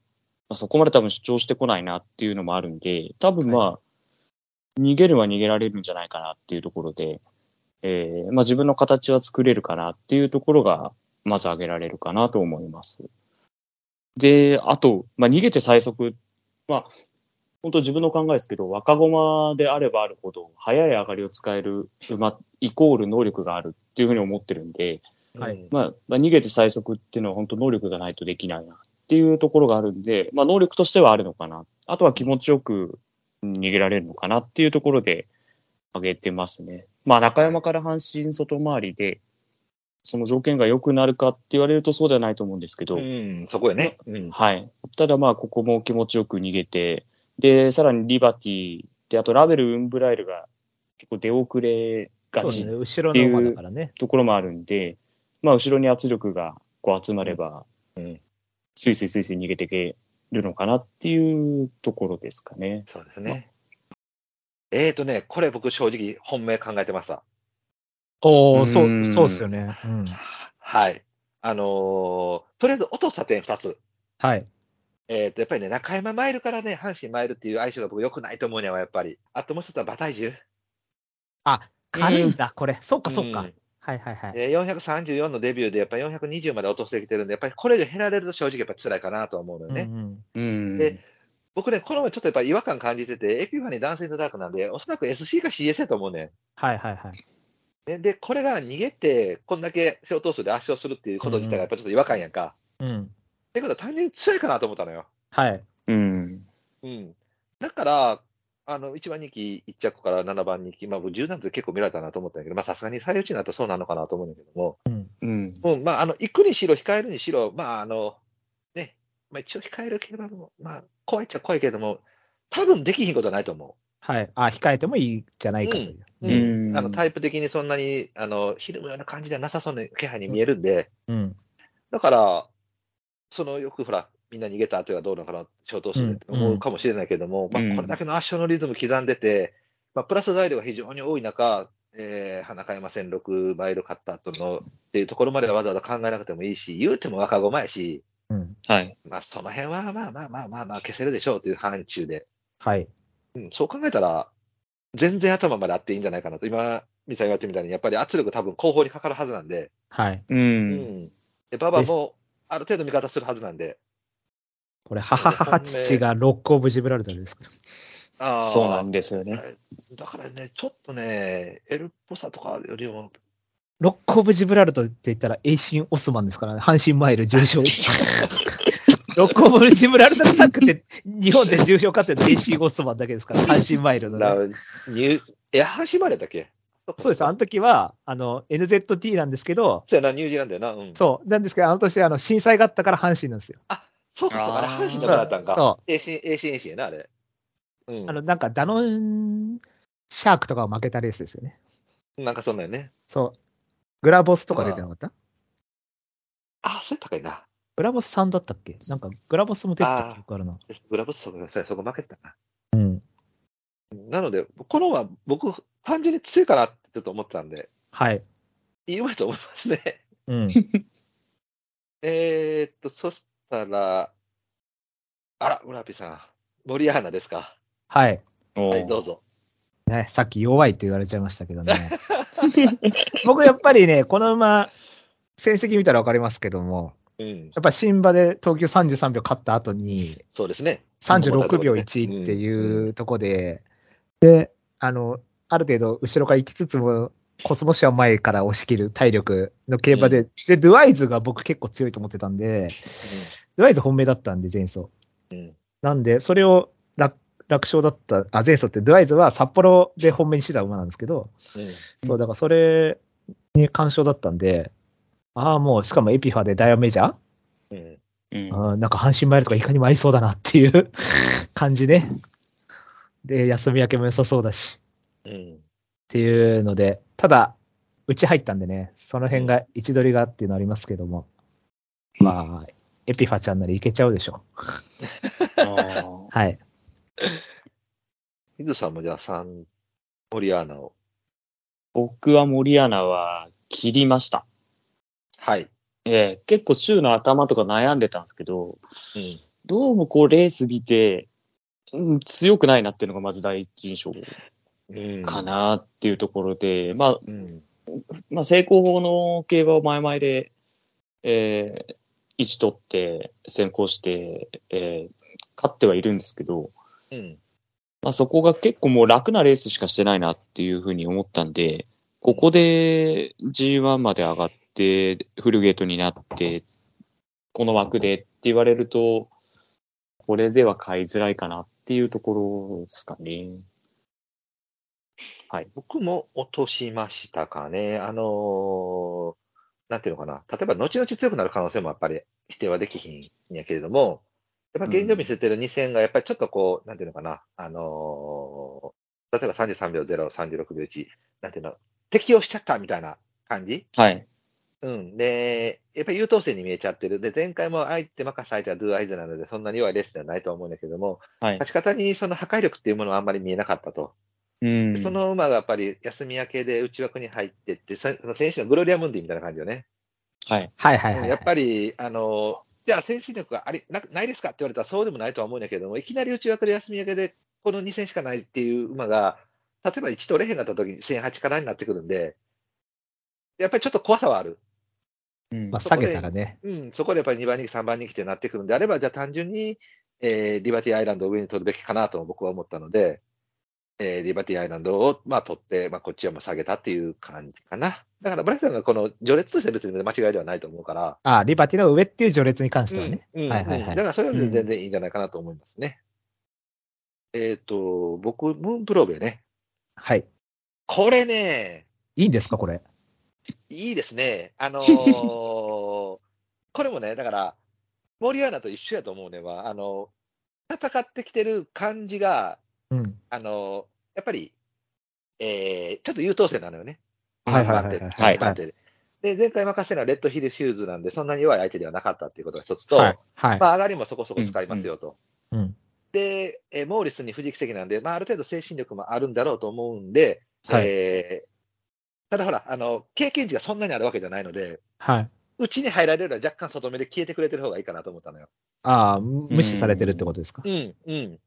S4: まあ、そこまで多分主張してこないなっていうのもあるんで、多分まあ、逃げるは逃げられるんじゃないかなっていうところで、えーまあ自分の形は作れるかなっていうところが、まず挙げられるかなと思います。で、あと、まあ逃げて最速、まあ、本当自分の考えですけど、若駒であればあるほど、早い上がりを使える馬、イコール能力があるっていうふうに思ってるんで、
S1: はい
S2: うん。
S4: まあ、まあ、逃げて最速っていうのは本当能力がないとできないなっていうところがあるんで、まあ能力としてはあるのかな。あとは気持ちよくうん逃げられるのかなっていうところで挙げてますね。まあ中山から阪神外回りで、その条件が良くなるかって言われるとそうではないと思うんですけど、
S2: うん、そこよね。うん。
S4: はい。ただまあ、ここも気持ちよく逃げて、で、さらにリバティ、で、あとラベル・ウンブライルが結構出遅れが
S1: そうで
S4: ち
S1: すね。後ろの馬だからね。
S4: ところもあるんで、まあ、後ろに圧力がこう集まれば、
S2: うん
S4: スイスイスイスイ逃げていけるのかなっていうところですかね。
S2: そうですね。えーとね、これ僕正直本命考えてました。
S1: お
S4: う
S1: お、
S4: ん
S1: そう、そうっすよね。うん。
S2: はい。あのーとりあえず音差点2つ。
S1: はい。
S2: えーと、やっぱりね、中山マイルからね、阪神マイルっていう相性が僕良くないと思うにはやっぱり。あともう一つは馬体重。
S1: 軽いんだ、これ。そっかそっか。
S2: うん
S1: はいはいはい。
S2: えー434のデビューでやっぱり420まで落としてきてるんで、やっぱりこれ以上減られると正直やっぱ辛いかなとは思うのよね。
S1: うんうん
S4: うん
S2: で僕ね、この前ちょっとやっぱり違和感感じてて、エピファニー男性のダークなんで、おそらく SC か CS だと思うねん。
S1: はいはいはい。
S2: ね、で、これが逃げて、こんだけ小投数で圧勝するっていうこと自体がやっぱちょっと違和感やんか。
S1: うん。
S2: ってことは単純に強いかなと思ったのよ。
S1: はい。
S4: うん。
S2: うん。だから、あの、1番人気1着から7番人気、まあ、柔軟図結構見られたなと思ったんだけど、まあ、さすがに最内になったらそうなのかなと思うんだけども、
S4: うん。
S2: うん、まあ、あの、行くにしろ、控えるにしろ、まあ、あの、ね、まあ、一応控える競馬も、まあ、怖いっちゃ怖いけれども、多分できひんことはないと思
S1: はい。あ、控えてもいいじゃないかという。
S2: う。
S4: うん
S2: あの、タイプ的にそんなに、あの、ひるむような感じではなさそうな気配に見えるんで、
S1: うん。
S2: だから、そのよくほら、みんな逃げた後はどうなのかな、消灯するねって思うかもしれないけども、
S4: うんうん
S2: まあ、これだけの圧勝のリズム刻んでて、まあ、プラス材料が非常に多い中、えー、花山戦6マイル勝った後のっていうところまではわざわざ考えなくてもいいし、言うても若駒やし、
S1: うん。
S4: はい。
S2: まあ、その辺はまあまあまあまあまあ消せるでしょうという範疇で、
S1: はい。
S2: うん、そう考えたら、全然頭まであっていいんじゃないかなと、今、ミサ言われてみたいに、やっぱり圧力多分後方にかかるはずなんで、
S1: はい。
S2: う
S4: う。
S2: んん、で馬場もある程度味方するはずなんで、
S1: これ、はははは父がロックオブジブラルタルですから。
S2: あー
S4: そうなんですよね。
S2: だからね、ちょっとね、エルっぽさとかよりも、
S1: ロックオブジブラルタルって言ったら、エ神オスマンですからね。阪神マイル重 *laughs* 賞。ロックオブジブラルタルサックって、日本で重賞勝ってるのエ神オスマンだけです *laughs* から、阪神マイルの、ね。
S2: なニューえ、阪神マリアだっけ
S1: そうです。あの時は、あの、NZT なんですけど、
S2: そうやな、ニュージーランドやな。うん。
S1: そう。なんですけど、あの年、あの、震災があったから阪神なんですよ。
S2: そうか、そうか、あれ
S4: あー
S2: 阪神だからだったんか。
S1: そ
S2: ACNC やな、あれ。うん
S1: う。あ。の、なんか、ダノンシャークとかが負けたレースですよね。
S2: なんかそんなんやね。
S1: そう。グラボスとか出てなかった
S2: あ、そうやったかいな。
S1: グラボス3だったっけなんか、グラボスも出てた記憶あるな。
S2: ブラボスそうか、そこ負けてたな。
S1: うん。
S2: なので、このは僕、単純に強いかなってちょっと思ってたんで、
S1: はい。
S2: いい馬やと思いますね。
S1: うん。 *laughs*
S2: えーっと、そしたら、あら、村ピさん、森アーナですか。
S1: はい。
S2: はい、どうぞ。
S1: ね、さっき弱いって言われちゃいましたけどね。僕、やっぱりね、この馬、成績見たらわかりますけども、
S2: うん、
S1: やっぱ新馬で東京33秒勝った後に、
S2: そうですね。
S1: 36秒1っていうとこで、で、あの、ある程度後ろから行きつつも、コスモシは前から押し切る体力の競馬で、で、ドゥアイズが僕結構強いと思ってたんで、ドゥアイズ本命だったんで、前走。
S2: うん
S1: なんで、それを楽楽勝だった、あ、前走って、ドゥアイズは札幌で本命にしてた馬なんですけど、
S2: うん
S1: そう、だからそれに干渉だったんで、ああ、もう、しかもエピファでダイヤメジャー
S2: うん
S4: うん。
S1: うんなんか阪神マイルとかいかにも合いそうだなっていう *laughs* 感じね。で、休み明けも良さそうだし
S2: うん
S1: っていうので、ただ、うち入ったんでね、その辺が位置取りがっていうのありますけども、まあ、エピファちゃんならいけちゃうでしょ。
S4: あ
S1: はい。
S2: 水さんもじゃあ3、モリアーナを。
S4: 僕は森アナは切りました。
S2: はい。
S4: ええ結構週の頭とか悩んでたんですけど、
S2: うん。
S4: どうもこうレース見て、うん、強くないなっていうのがまず第一印象
S2: うん
S4: かなっていうところで、まあ、
S2: うん。
S4: まあ、成功法の競馬を前々で、えー、位置取って、先行して、えー、勝ってはいるんですけど、
S2: うん。
S4: まあ、そこが結構もう楽なレースしかしてないなっていうふうに思ったんで、ここで G1 まで上がって、フルゲートになって、この枠でって言われると、これでは買いづらいかなっていうところですかね。
S2: 僕も落としましたかね。あのーなんていうのかな。例えば、後々強くなる可能性もやっぱり否定はできひんんやけれども、やっぱ現状見せてる2戦が、やっぱりちょっとこう、なんていうのかな。あのー例えば33秒0、36秒1、なんていうの、適応しちゃったみたいな感じ
S4: はい。
S2: うん。で、やっぱり優等生に見えちゃってる。で、前回も相手任せ相手はドゥアイズなので、そんなに弱いレースではないと思うんだけども、
S4: はい。
S2: 勝ち方にその破壊力っていうものはあんまり見えなかったと。
S4: うん
S2: でそ、の馬がやっぱり休み明けで内枠に入ってって、さその選手のグロリアムンディみたいな感じよね。
S4: はい。
S1: はいはいはい。
S2: やっぱり、あの、じゃあ選手力がありなないですかって言われたらそうでもないとは思うんだけども、いきなり内枠で休み明けで、この2戦しかないっていう馬が、例えば1取れへんかった時に1008からになってくるんで、やっぱりちょっと怖さはある。
S4: うん
S1: まあ、下げたらね。
S2: うん、そこでやっぱり2番人気、3番人気ってなってくるんであれば、じゃあ単純に、えーリバティアイランドを上に取るべきかなと僕は思ったので、えーリバティアイランドを、まあ、取って、まあ、こっちはもう下げたっていう感じかな。だから、ブライさんがこの序列としては別に間違いではないと思うから、
S1: あ、リバティの上っていう序列に関してはね。
S2: うんうん
S1: はいはいはい
S2: だから、それは全然いいんじゃないかなと思いますね。えっ、と、僕、ムーンプローベね。
S1: はい。
S2: これね、
S1: いいんですか、これ。
S2: いいですね。あ
S1: *laughs*
S2: のーこれもね、だから、モリアーナと一緒やと思うねは、あの、戦ってきてる感じが、
S1: うん。
S2: あの、やっぱり、えーちょっと優等生なのよね。
S1: はいはいはいはい
S2: 番手
S4: はい
S2: 番手で。で、前回任せたのはレッドヒルシューズなんで、そんなに弱い相手ではなかったっていうことが一つと、
S1: はい。はい
S2: ま。あ、上がりもそこそこ使いますよと。
S1: うん。
S2: で、えーモーリスに不時的なんで、まあ、ある程度精神力もあるんだろうと思うんで、
S1: はい。
S2: えーただほら、あの、経験値がそんなにあるわけじゃないので、
S1: はい。
S2: うちに入られるよりは若干外目で消えてくれてる方がいいかなと思ったのよ。
S1: ああ、無視されてるってことですか
S2: う。ん、うん。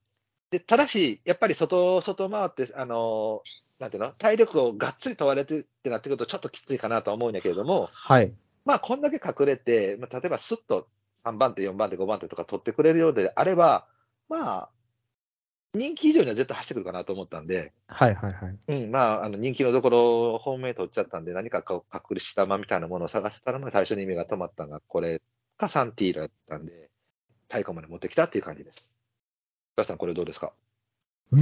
S2: で、ただし、やっぱり外、外回って、あのーなんていうの、体力をがっつり問われてってなってくると、ちょっときついかなとは思うんやけれども、
S1: はい。
S2: まあ、こんだけ隠れて、まあ、例えばスッと3番手、4番手、5番手とか取ってくれるようであれば、まあ、人気以上には絶対走ってくるかなと思ったんで、
S1: はいはいはい。
S2: うん、まあ、あの人気のところ、本命取っちゃったんで、何かこう隠したまみたいなものを探せたら、まあ最初に目が止まったのが、これかサンティーラだったんで、太鼓まで持ってきたっていう感じです。皆さん、これどうですか
S1: う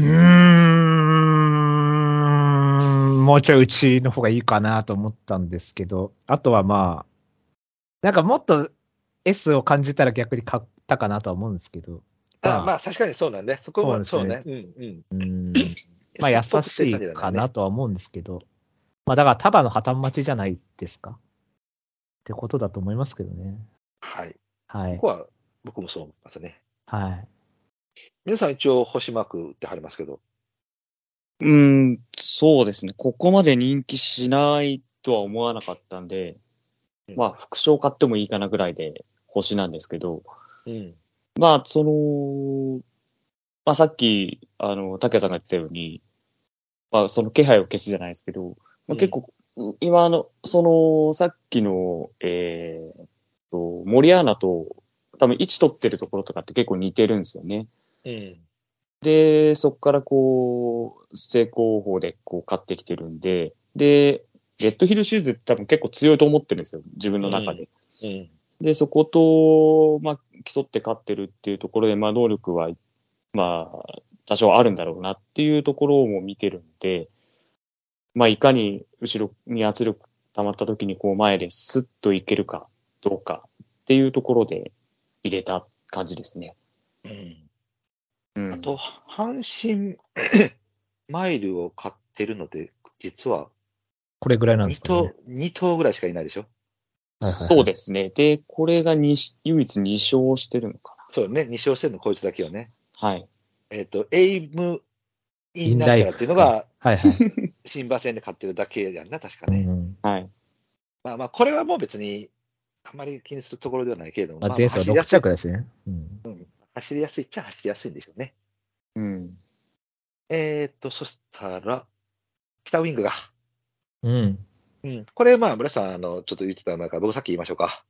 S1: ーん。もうちょいうちの方がいいかなと思ったんですけど、あとはまあ、なんかもっと S を感じたら逆に買ったかなとは思うんですけど。
S2: あ
S1: あ
S2: まあ、確かにそうなんで、そこは
S1: そ
S2: そうう
S1: なん
S2: ね。うんうん。
S1: うーん。まあ優しいかなとは思うんですけど。まあだからタバの破綻待ちじゃないですか。ってことだと思いますけどね。
S2: はい。
S1: は
S2: こ
S1: い
S2: こ。は僕もそう思いますね。
S1: はい。
S2: 皆さん、一応、星マーク打ってはりますけど、
S4: うん、そうですね。ここまで人気しないとは思わなかったんで、まあ、副賞買ってもいいかなぐらいで星なんですけど、
S2: うん。
S4: まあ、その、まあ、さっき、あの、竹谷さんが言ってたように、まあ、その気配を消すじゃないですけど、
S2: う
S4: ま
S2: ん
S4: あ、結構、今あの、その、さっきの、えーっと、モリアーナと、多分位置取ってるところとかって結構似てるんですよね。
S2: うん。
S4: で、そこからこう、成功法でこう、勝ってきてるんで、で、レッドヒルシューズって多分結構強いと思ってるんですよ、自分の中で。
S2: うん。
S4: で、そこと、まあ、競って勝ってるっていうところで、まあ、能力は、まあ、多少あるんだろうなっていうところも見てるんで、まあ、いかに後ろに圧力溜まった時に、こう、前でスッといけるかどうかっていうところで入れた感じですね。
S2: うん
S4: うん。
S2: あと、阪神 *coughs* マイルを買ってるので、実は
S1: これぐらいなんです
S2: 2
S1: かね。
S2: 頭、二頭ぐらいしかいないでしょ
S1: はいはいはい
S4: そうですね。で、これがに唯一2勝してるのか
S2: そうよね、2勝してるのこいつだけよね。
S4: な。はい。
S2: えっ、と、エイム・イン・ナイラっていうのが、
S1: はいはい。
S2: 新馬戦で勝ってるだけやんな、確か
S1: う
S4: *laughs*
S2: ね。
S1: ん
S4: はい。
S2: まあまあ、これはもう別に、あんまり気にするところではないけれども、
S1: まあ
S2: まあ
S1: 前走
S2: 走りや
S1: 6
S2: すい
S1: 着ですね。うん
S2: 走りやすいっちゃ走りやすいんでしょうね。
S4: うん。
S2: えっ、と、そしたら、北ウィングが。
S1: うん。
S2: うん、これ、まあ、村さん、あの、ちょっと言ってた前から、僕さっき言いましょうか。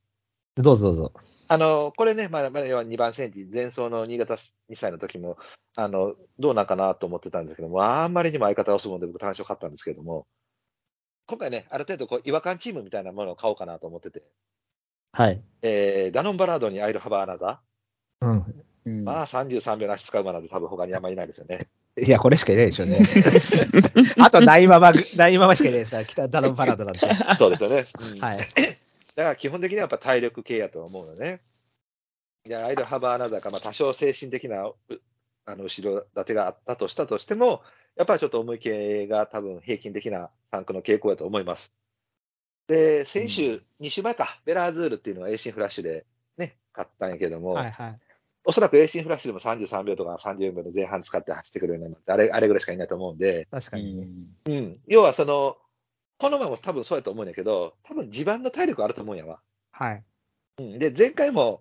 S1: どうぞどうぞ。
S2: あの、これね、まだ、まだ要は2番センチ、前走の新潟2歳の時も、あの、どうなんかなと思ってたんですけども、あんまりにも相方をすもんで僕単勝勝ったんですけども、今回ね、ある程度こう、違和感チームみたいなものを買おうかなと思ってて、
S1: はい。
S2: えー、ダノンバラードにアイルハバーアナザ
S1: うん。
S4: うん
S2: ー、まあ33秒の足使う馬なんて多分他にあんまりいないですよね。
S1: いや、これしかいないでしょうね。あと、ないまま、ないまましかいないですから、北ダノンパラドなんて。は
S2: そうですよね。うん
S1: い。
S2: だから基本的にはやっぱ体力系やと思うのね。じゃあ、アイドルハバーアナザーか、まあ、多少精神的なうあの後ろ盾があったとしたとしても、やっぱりちょっと重い系が多分平均的なタンクの傾向やと思います。で、先
S4: う
S2: 週、2週前か、ベラーズールっていうのは A シンフラッシュでね、勝ったんやけども、
S1: はいはい。
S2: おそらく A シンフラッシュでも33秒とか34秒の前半使って走ってくるようになって、あれあれぐらいしかいないと思うんで、
S1: 確か
S4: う
S1: にね。
S4: ん
S2: うん、要はその、この馬も多分そうやと思うんやけど、多分地盤の体力あると思うんやわ。
S1: はい。
S2: うんで、前回も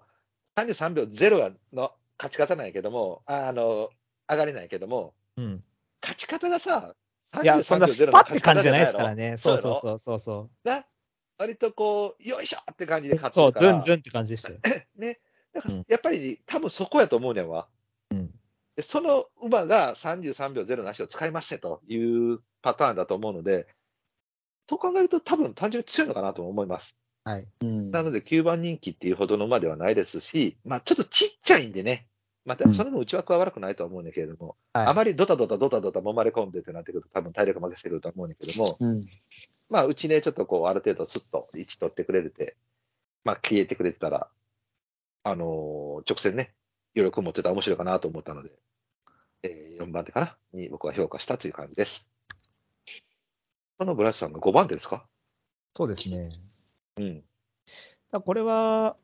S2: 33秒0の勝ち方なんやけども、ああの、上がれないけども、
S1: うん。
S2: 勝ち方がさ、
S1: いや、そんなス
S2: の
S1: パって感じじゃないですから
S2: 勝ち
S1: ね。
S2: そ
S1: そうう
S2: やろ
S1: そうそうそうそ
S2: 方やろ。な割とこう、よいしょって感じで
S1: う。
S2: 勝って
S1: そう、
S2: るか
S1: ズ
S2: ら
S1: ンズンって感じでしたよ。
S2: ね、だから
S1: うん
S2: やっぱり、多分そこやと思うねんわ。
S1: うん
S2: でその馬が33秒0なしを使いましたというパターンだと思うので、そう考えると多分単純に強いのかなとも思います。
S1: はい。
S4: うん
S2: なので9番人気っていうほどの馬ではないですし、まあちょっとちっちゃいんでね、また
S4: うん
S2: その分内枠は悪くないとは思うんだけれども、
S1: はい
S2: あまりドタドタドタドタ揉まれ込んでってなってくると多分体力負けしてくると思うんだけども、
S4: うん
S2: まあ、うちね、ちょっとこう、ある程度スッと位置取ってくれるて、まあ、消えてくれてたら、あのー直線ね、余力持ってたら面白いかなと思ったので、え4番手かなに僕は評価したという感じです。そのブラスさんが5番手ですか
S1: そうですね。
S2: うん。
S1: だからこれは、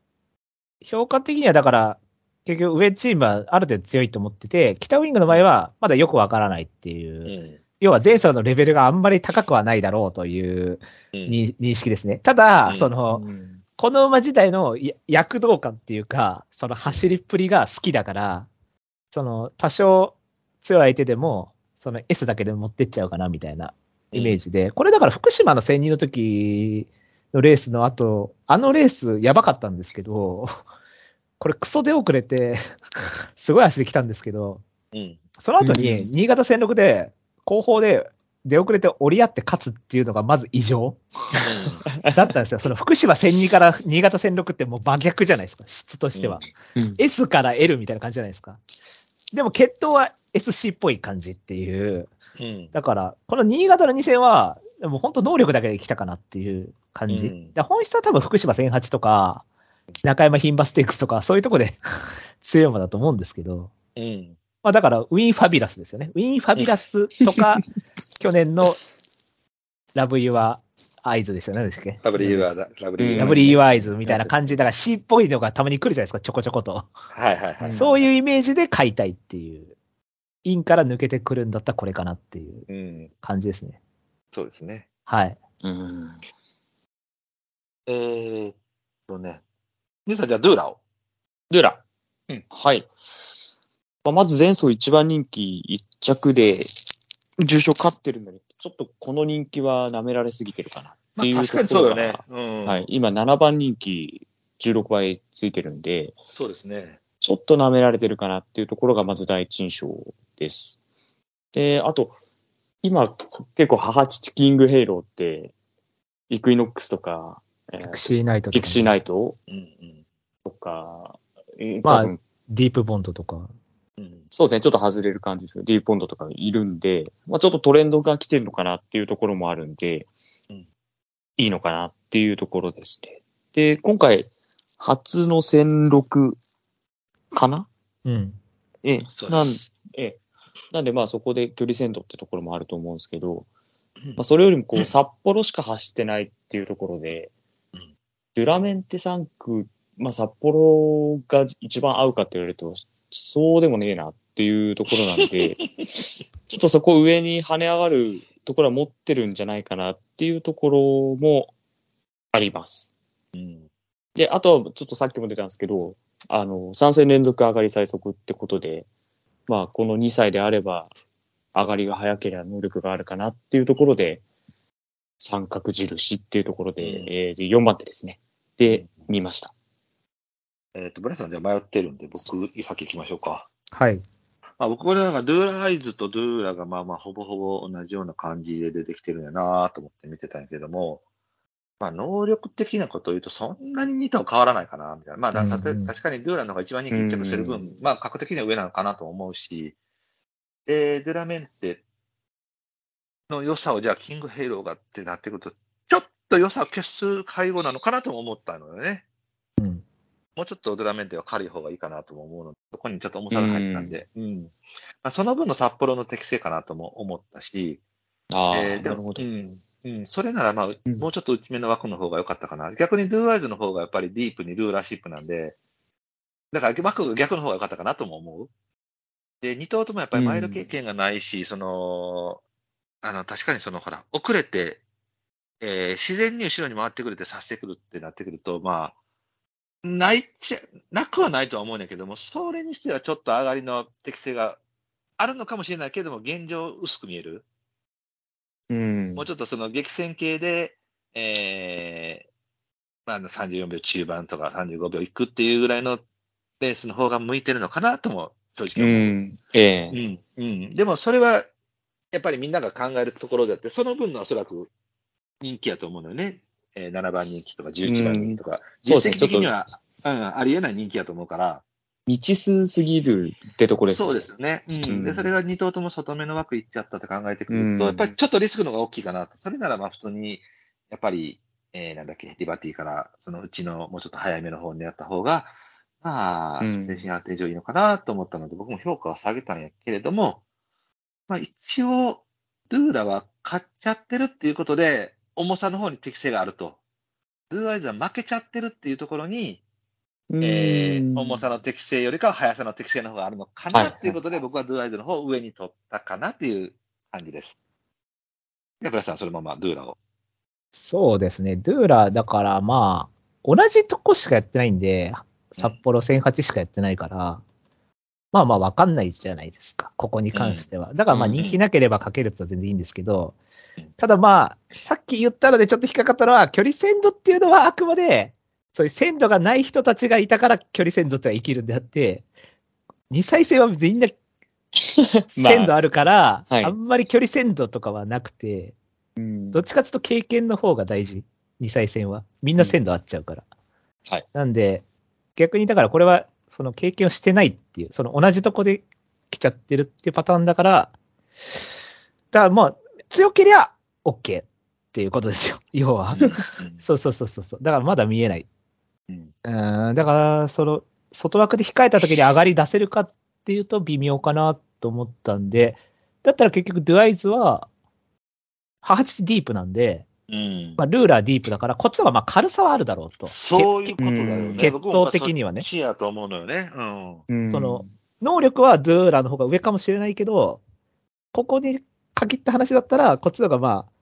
S1: 評価的にはだから、結局上チームはある程度強いと思ってて、北ウィングの場合はまだよくわからないっていう、
S2: うん。
S1: 要は前走のレベルがあんまり高くはないだろうという
S2: うん
S1: に認識ですね。ただ、
S2: うん
S1: その、この馬自体のや躍動感っていうか、その走りっぷりが好きだから、その多少強い相手でも、その S だけで持ってっちゃうかなみたいなイメージで、これだから福島の戦人の時のレースの後、あのレースやばかったんですけど、これクソ出遅れて、 *laughs* すごい足で来たんですけど、
S2: うん。
S1: その後に
S4: うん
S1: 新潟戦力で後方で出遅れて折り合って勝つっていうのがまず異常。だったんですよ。その福島千二から新潟千六ってもう真逆じゃないですか、質としては。S から L みたいな感じじゃないですか。でも決闘は SC っぽい感じっていう。
S2: うん。
S1: だから、この新潟の2戦は、もう本当能力だけで来たかなっていう感じ。
S2: うん
S1: だから本質は多分福島千八とか、中山牝馬ステークスとか、そういうとこで *laughs* 強い馬だと思うんですけど。
S2: うん。
S1: まあだから、ウィン・ファビュラスですよね。ウィン・ファビュラスと
S2: *laughs*
S1: か、去年のラブ・ユア・アイズでしたね、何でしたっけ
S2: ラブリーはだ、ラブリーは
S4: うん
S1: ラブリー・ユア・アイズみたいな感じ、だから C っぽいのがたまに来るじゃないですか、ちょこちょこと。
S2: はいはいはい。
S1: そういうイメージで買いたいっていう。インから抜けてくるんだったらこれかなっていう
S2: うん。
S1: 感じですね。
S2: そうですね。
S1: はい。
S4: うん
S2: えーっとね。皆さんじゃあ、ドゥーラを。
S4: ルーラ。
S2: うん
S4: はい。まあまず前走一番人気一着で、重賞勝ってるのに、ちょっとこの人気は舐められすぎてるかなっていうところが、
S2: 確かにそうよね。うん。
S4: はい。今7番人気16倍ついてるんで、
S2: そうですね。
S4: ちょっと舐められてるかなっていうところがまず第一印象です。で、あと、今結構母父キングヘイローって、イクイノックスとか、え
S1: ピ
S4: ー
S1: クシーナイトとか
S4: ピクシーナイト
S2: うんうん。
S4: とか、えー
S1: まあ
S4: 多分
S1: ディープボンドとか。
S2: うん。
S4: そうですね、ちょっと外れる感じですけど、D ポンドとかいるんで、まあ、ちょっとトレンドが来てるのかなっていうところもあるんで、
S2: うん
S4: いいのかなっていうところですね。で、今回、初の戦6かな
S1: うん。
S4: ええ
S2: そう
S4: なん
S2: です。
S4: ええなんで、まあそこで距離戦闘ってところもあると思うんですけど、まあ、それよりもこう札幌しか走ってないっていうところで
S2: うん、
S4: デュラメンテ3区、まあ、札幌が一番合うかって言われると、そうでもねえなっていうところな
S2: *laughs*
S4: んで、ちょっとそこ上に跳ね上がるところは持ってるんじゃないかなっていうところもあります。
S2: うん。
S4: で、あとはちょっとさっきも出たんですけど、あの、3戦連続上がり最速ってことで、まあ、この2歳であれば、上がりが早ければ能力があるかなっていうところで、三角印っていうところで、
S2: うん
S4: えーで4番手ですね。で、見ました。
S2: えっ、と、ブラさんじゃあ迷ってるんで、僕、先行きましょうか。
S1: はい。
S2: まあ、僕はなんか、ドゥーラアイズとドゥーラが、まあまあ、ほぼほぼ同じような感じで出てきてるんやなと思って見てたんやけども、まあ、能力的なことを言うと、そんなに似ても変わらないかな、みたいな。まあ、だたと
S1: うんうん
S2: 確かにドゥーラの方が一番人気一着してる分、
S4: うん
S2: まあ、格的には上なのかなと思うし、で、ドゥラメンテの良さを、じゃあ、キングヘイローがってなってくると、ちょっと良さを消す介護なのかなとも思ったのよね。
S1: うん。
S2: もうちょっとドラメンテは軽い方がいいかなとも思うので、そこにちょっと重さが入ったんで、うんまあ、その分の札幌の適性かなとも思ったし、
S4: ああ、
S2: えーでも
S4: なるほど。
S2: うんうん、それなら、まあ、
S4: ん
S2: もうちょっと内目の枠の方が良かったかな。逆にドゥーアイズの方がやっぱりディープにルーラーシップなんで、だから枠が逆の方が良かったかなとも思う。で、2頭ともやっぱりマイル経験がないし、その、あの、確かにその、ほら、遅れて、えー自然に後ろに回ってくれて、させてくるってなってくると、まあ、ないっちゃ、なくはないとは思うんだけども、それにしてはちょっと上がりの適性があるのかもしれないけれども、現状薄く見える。
S4: うん
S2: もうちょっとその激戦系で、えーまあ、34秒中盤とか35秒いくっていうぐらいのレースの方が向いてるのかなとも正
S4: う
S2: 直思います。
S4: ん。ええ
S2: うん、うん。でもそれは、やっぱりみんなが考えるところであって、その分のおそらく人気やと思うのよね。えー7番人気とか11番人気とか、
S4: そうです
S2: 実
S4: ね
S2: 績的には、うん、ありえない人気やと思うから、
S4: 未知数すぎるってとこですね。
S2: そうですよね。うん
S4: うん
S2: で、それが2頭とも外目の枠いっちゃったって考えてくると、
S4: うん
S2: やっぱりちょっとリスクの方が大きいかなと。それならまあ普通に、やっぱり、えーなんだっけ、リバティから、そのうちのもうちょっと早めの方にやった方が、まあ、
S4: うん
S2: 精神安定上いいのかなと思ったので、僕も評価は下げたんやけれども、まあ一応、ドゥーラは勝っちゃってるっていうことで、重さの方に適性があると。ドゥーアイズは負けちゃってるっていうところに、
S4: うん
S2: えー重さの適正よりかは速さの適正の方があるのかな
S4: はい
S2: っていうことで、僕はドゥーアイズの方を上に取ったかなっていう感じです。で、ブラスさん、そのままドゥーラを。
S1: そうですね。ドゥーラ、だからまあ、同じとこしかやってないんで、札幌1008しかやってないから、まあまあわかんないじゃないですか。ここに関しては。だからまあ
S2: うんうん
S1: 人気なければかけるとは全然いいんですけど
S2: うん、
S1: ただまあ、さっき言ったのでちょっと引っかかったのは、距離鮮度っていうのはあくまで、そういう鮮度がない人たちがいたから距離鮮度ってのは生きるんであって、二歳生はみんな鮮度あるから、
S4: はい
S1: あんまり距離鮮度とかはなくて、
S4: うん
S1: どっちかっていうと経験の方が大事。二歳戦は。みんな鮮度合っちゃうから。
S4: うんはい。
S1: なんで、逆にだからこれは、その経験をしてないっていう、その同じとこで来ちゃってるっていうパターンだから、だからまあ、強けりゃ OK っていうことですよ。要
S4: *laughs*
S1: は。そうそうそうそうそう。だからまだ見えない。
S2: うん
S1: うーん、だから、その、外枠で控えた時に上がり出せるかっていうと微妙かなと思ったんで、だったら結局、ドゥアイズは、ハハチディープなんで、
S2: うん
S1: *laughs* まあ、ルーラーディープだから、こっちの方がまあ軽さはあるだろうと。
S2: そういうことだよ
S4: うん
S2: ね。
S1: 血
S2: 僕も
S1: 統的にはね
S2: そっちやと思うのよね。うん。
S1: その、能力はドゥーラーの方が上かもしれないけど、ここに限った話だったら、こっちの方がまあ、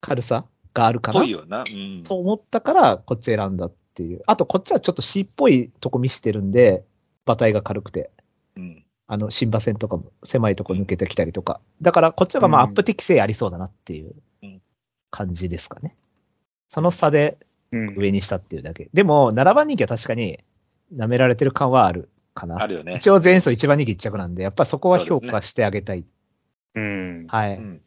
S1: 軽さがあるかな
S2: ぽいよな。うん。
S1: と思ったから、こっち選んだっていう。あと、こっちはちょっと C っぽいとこ見してるんで、馬体が軽くて。
S2: うん
S1: あの、新馬戦とかも狭いとこ抜けてきたりとか。だから、こっちの方がまあ
S4: う
S1: ア
S4: ん
S1: ップ適性ありそうだなっていう
S2: うん
S1: 感じですかね。その差で
S4: うん
S1: 上にしたっていうだけ。でも、7番人気は確かに舐められてる感はあるか
S2: あ
S1: な。
S2: るよね。
S1: 一応前走1番人気1着なんで、やっぱそこは評
S2: そうです
S1: 価してあげたい。
S4: うん
S1: は
S2: う
S1: い。
S2: ん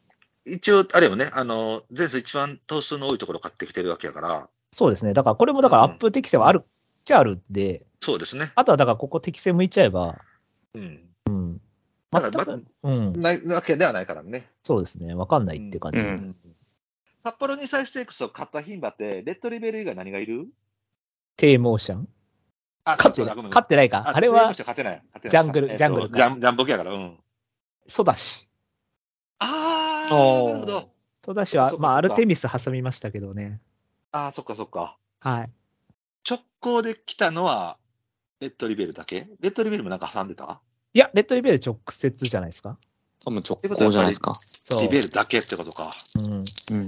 S2: 一応、あれよね。あの、前走一番頭数の多いところを買ってきてるわけやから、
S1: そうですね。だから、これもだからアップ適性はあるっちゃあるんで、
S2: そうですね。
S1: あとはだからここ適性向いちゃえば、
S2: うん。
S1: うん。
S2: だ
S1: 全
S2: から、ま
S1: く、うん。
S2: ないわけではないからね。
S1: そうですね。わかんないっていう感じ。
S4: うん
S2: 札幌2歳ステークスを買った牝馬って、レッドリベル以外何がいる
S1: 低モーション
S2: あ
S1: 勝って
S2: そうだ
S1: な
S2: ごめん
S1: 勝ってないか。あれは
S2: テイムショー勝てない。勝てない
S1: ジャングル
S2: えっと
S1: ジャングルか
S2: ジャンジャンボケやから、うん。
S1: ソダシ。
S2: あ
S4: お
S2: ー、
S4: ー
S2: なるほど。
S1: 戸田氏
S2: そ
S1: は
S2: っ、か
S1: まあ、ア
S2: そっ
S1: ル
S2: か
S1: テミス挟みましたけどね。
S2: あー、そっかそっか。
S1: はい。
S2: 直行で来たのは、レッドリベルだけレッドリベルもなんか挟んでた
S1: いや、レッドリベル直接じゃないですか。
S4: 多分直行じゃないですか。
S1: そう。
S2: リベルだけってことか。
S1: うん。
S4: うん。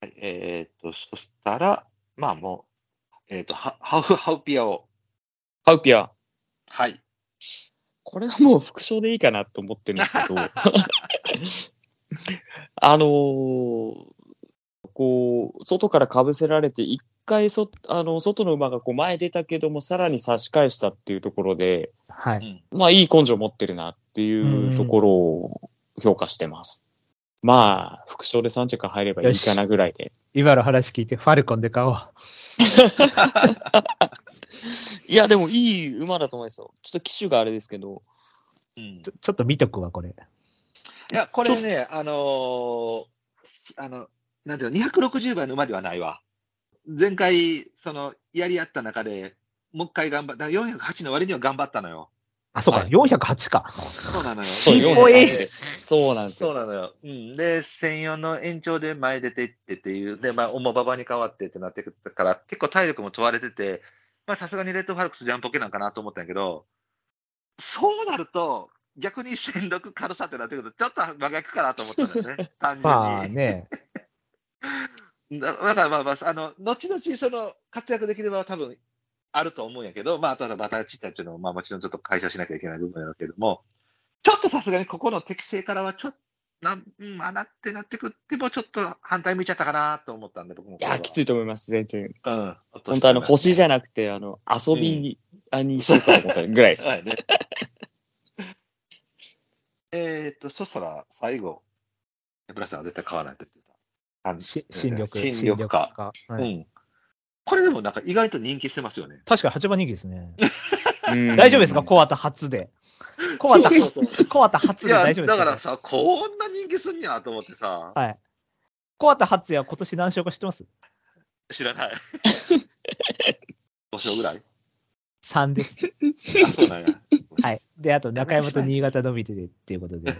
S2: はい、えーっと、そしたら、まあもう、えーっと、ハハウ、ハウピアを。
S4: ハウピア。
S2: はい。
S4: これはもう副賞でいいかなと思ってるんですけど、 *laughs* あのーこう、外からかぶせられて、一回そ、あの、外の馬がこう前出たけども、さらに差し返したっていうところで、
S1: は
S2: う
S1: い。
S2: ん
S4: まあ、いい根性持ってるなっていうところを評価してます。まあ、副賞で3着入ればいいかなぐらいで。
S1: 今の話聞いて、ファルコンで買おう。
S4: いや、でもいい馬だと思いますよ。ちょっと機種があれですけど、
S2: うん
S1: ちょちょっと見とくわ、これ。
S2: いや、これね、あのーしあの、なんていうの、260倍の馬ではないわ。前回、その、やり合った中で、もう一回頑張った、408の割には頑張ったのよ。
S1: あ、そうか、
S4: はい
S1: 408か。
S2: そうなのよ。
S1: し
S4: そう
S1: こい
S4: 408です。そうなんです
S2: そう
S4: よ。
S2: なのよ。うん。で、1004の延長で前出てってっていう、で、まあ、重馬場に変わってってなってくったから、結構体力も問われてて、まあ、さすがにレッドファルクスジャンポケなんかなと思ったんやけど、そうなると、逆に1006軽さってなってくると、ちょっと真逆かなと思ったんだよ
S4: *laughs*
S2: ね。単純に。
S1: まあね。
S2: だだからまあまあ、あの、後々その活躍できれば多分あると思うんやけど、まあ、あとはバターチッタっていうのも、まあもちろんちょっと解消しなきゃいけない部分だけども、ちょっとさすがにここの適性からはちょっと、なん、うん、あなってなってくっても、ちょっと反対向いちゃったかなと思ったんで、僕も。
S4: いや、きつ
S2: い。
S4: いと思います、全然。
S2: うん。
S4: 本当あの、星じ
S2: ゃ
S4: ゃなくて、あの、遊びあ、にしようかと思ったぐらいで
S2: *laughs*
S4: す。
S2: はいね。えーっと、そしたら最後、ブラさんは絶対買わないと言ってた。あの
S1: し新緑。
S2: 新緑か。
S1: はい
S2: うん。これでもなんか意外と人気してますよね。
S1: 確かに8番人気ですね。
S4: うん
S1: 大丈夫ですかコアタ初で。コアタ、コアタ初
S2: い
S1: で
S2: や、
S1: 大丈夫で
S2: だ
S1: す
S2: か
S1: から
S2: さ、こんな人気すんやと思ってさ、
S1: はい。コアタ初や今年何勝か知ってます
S2: 知らない。5勝ぐらい
S1: ?3
S2: *laughs*
S1: です。
S2: あそうなんや。
S1: はい。で、あと中山と新潟伸びててっていう
S2: *laughs*
S1: ことで。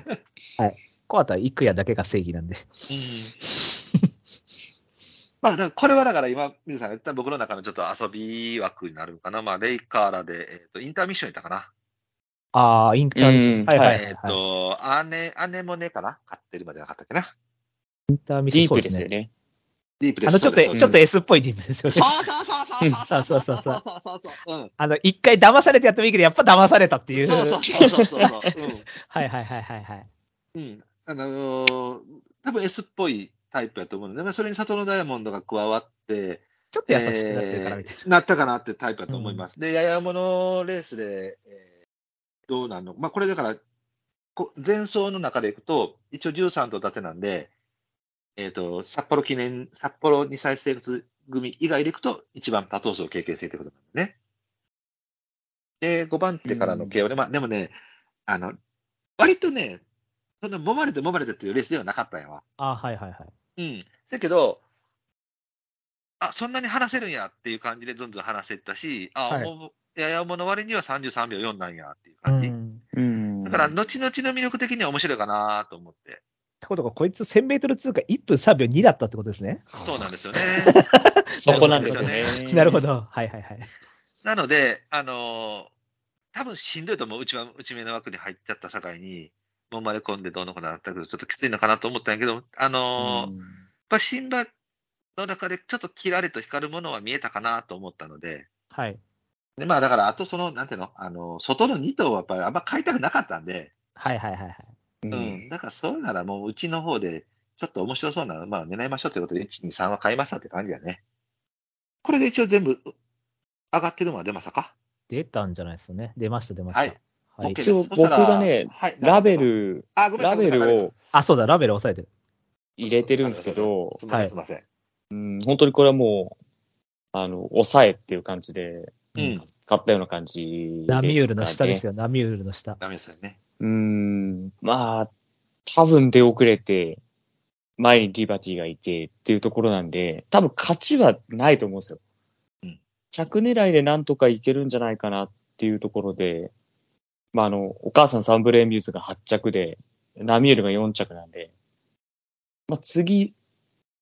S1: はい。コアタは幾夜だけが正義なんで。
S2: まあ、だからこれはだから今、皆さんが言った僕の中のちょっと遊び枠になるのかな。まあ、レイカーラで、えっとインターミッションいったかな。
S1: ああ、インターミッショ
S4: う
S1: ン。
S4: ん
S1: はいはいはい。
S2: えっ、と、アネ、アネモネかな買ってるまでなかったっけな。
S1: インターミッションそ
S4: ディー
S1: う
S4: プ
S1: で
S4: です
S1: ね
S4: すよ。ね。
S2: ディープで
S1: あ
S2: す。
S1: の、ちょっと、
S2: そうです
S1: ちょっと S っぽいディープですよね。
S2: そうそうそうそうそうそうそうそうそう
S1: あの、一回騙されてやってもいいけど、やっぱ騙されたって
S2: う
S1: い
S2: ん
S1: う。
S2: そうそうそうそうそうそう
S1: はいはいはいはいはい。
S2: うんうんあのー多分 S っぽいタイプやと思うので、まあ、それに里のダイヤモンドが加わって、
S1: ちょっと優しくなってるからみたいな。
S2: えーなったかなってタイプだと思います。で、ややものレースで、えーどうなるのまあ、これだから、こ前走の中でいくと、一応13と伊達なんで、えっ、と、札幌記念、札幌2歳生活組以外でいくと、一番多頭数を経験してるってことなんでね。で、5番手からの KO で、まあ、でもね、あの、割とね、そんな揉まれて揉まれてっていうレースではなかったんやわ。
S1: あはいはいはい。
S2: うん。だけど、あ、そんなに話せるんやっていう感じでずんずん話せたし、あ、
S1: はい
S2: もうややもの割には33秒4なんやっていう
S1: う
S2: 感じ。
S1: ん。
S4: うん
S2: だから、後々の魅力的には面白いかなと思って。
S1: ってことが、こいつ1000メートル通過1分3秒2だったってことですね。
S2: そうなんですよね。
S4: そこなんですよね。
S1: なるほど。はいはいはい。
S2: なので、あのー多分しんどいと思う。うちは、うち目の枠に入っちゃった境に、もまれ込んでどうのこうのあったけど、ちょっときついのかなと思ったんやけど、あのー
S4: う
S2: やっ
S4: ん
S2: ぱ新馬の中でちょっとキラリと光るものは見えたかなと思ったので、
S1: はい。
S2: で、まあだから、あとその、なんていうの、あの、外の2頭はやっぱりあんま買いたくなかったんで、
S1: はいはいはいはい。
S4: う。
S2: うんん、だからそういうならもううちの方で、ちょっと面白そうなの、まあ狙いましょうということで、1、2、3は買いましたって感じだね。これで一応全部、上がってるのは出ましたか
S1: 出たんじゃないですかね。出ました出ました。
S2: はい。
S1: はい
S2: OK です
S4: 一応
S2: そしたら
S4: 僕がね
S2: はい、
S4: ラベ、ル、
S2: あ、ごめんな
S4: ラ
S2: さい
S4: ベルを
S1: あ、そうだ、ラベル押さえてる。
S4: 入れてるんですけど、
S2: すみま
S1: は
S2: せん、
S1: い
S2: すみません。
S4: うん、本当にこれはもう、あの、抑えっていう感じで、
S2: うん、
S4: 買ったような感じですか
S1: ナ
S4: ね。
S1: ミュールの下ですよ、ナミュールの下。
S2: ダメですよね。
S4: うん、まあ、多分出遅れて、前にリバティがいてっていうところなんで、多分勝ちはないと思うんですよ。
S2: うん
S4: 着狙いでなんとかいけるんじゃないかなっていうところで、まあ、あの、お母さんサンブレーミューズが8着で、ナミュールが4着なんで、まあ、次、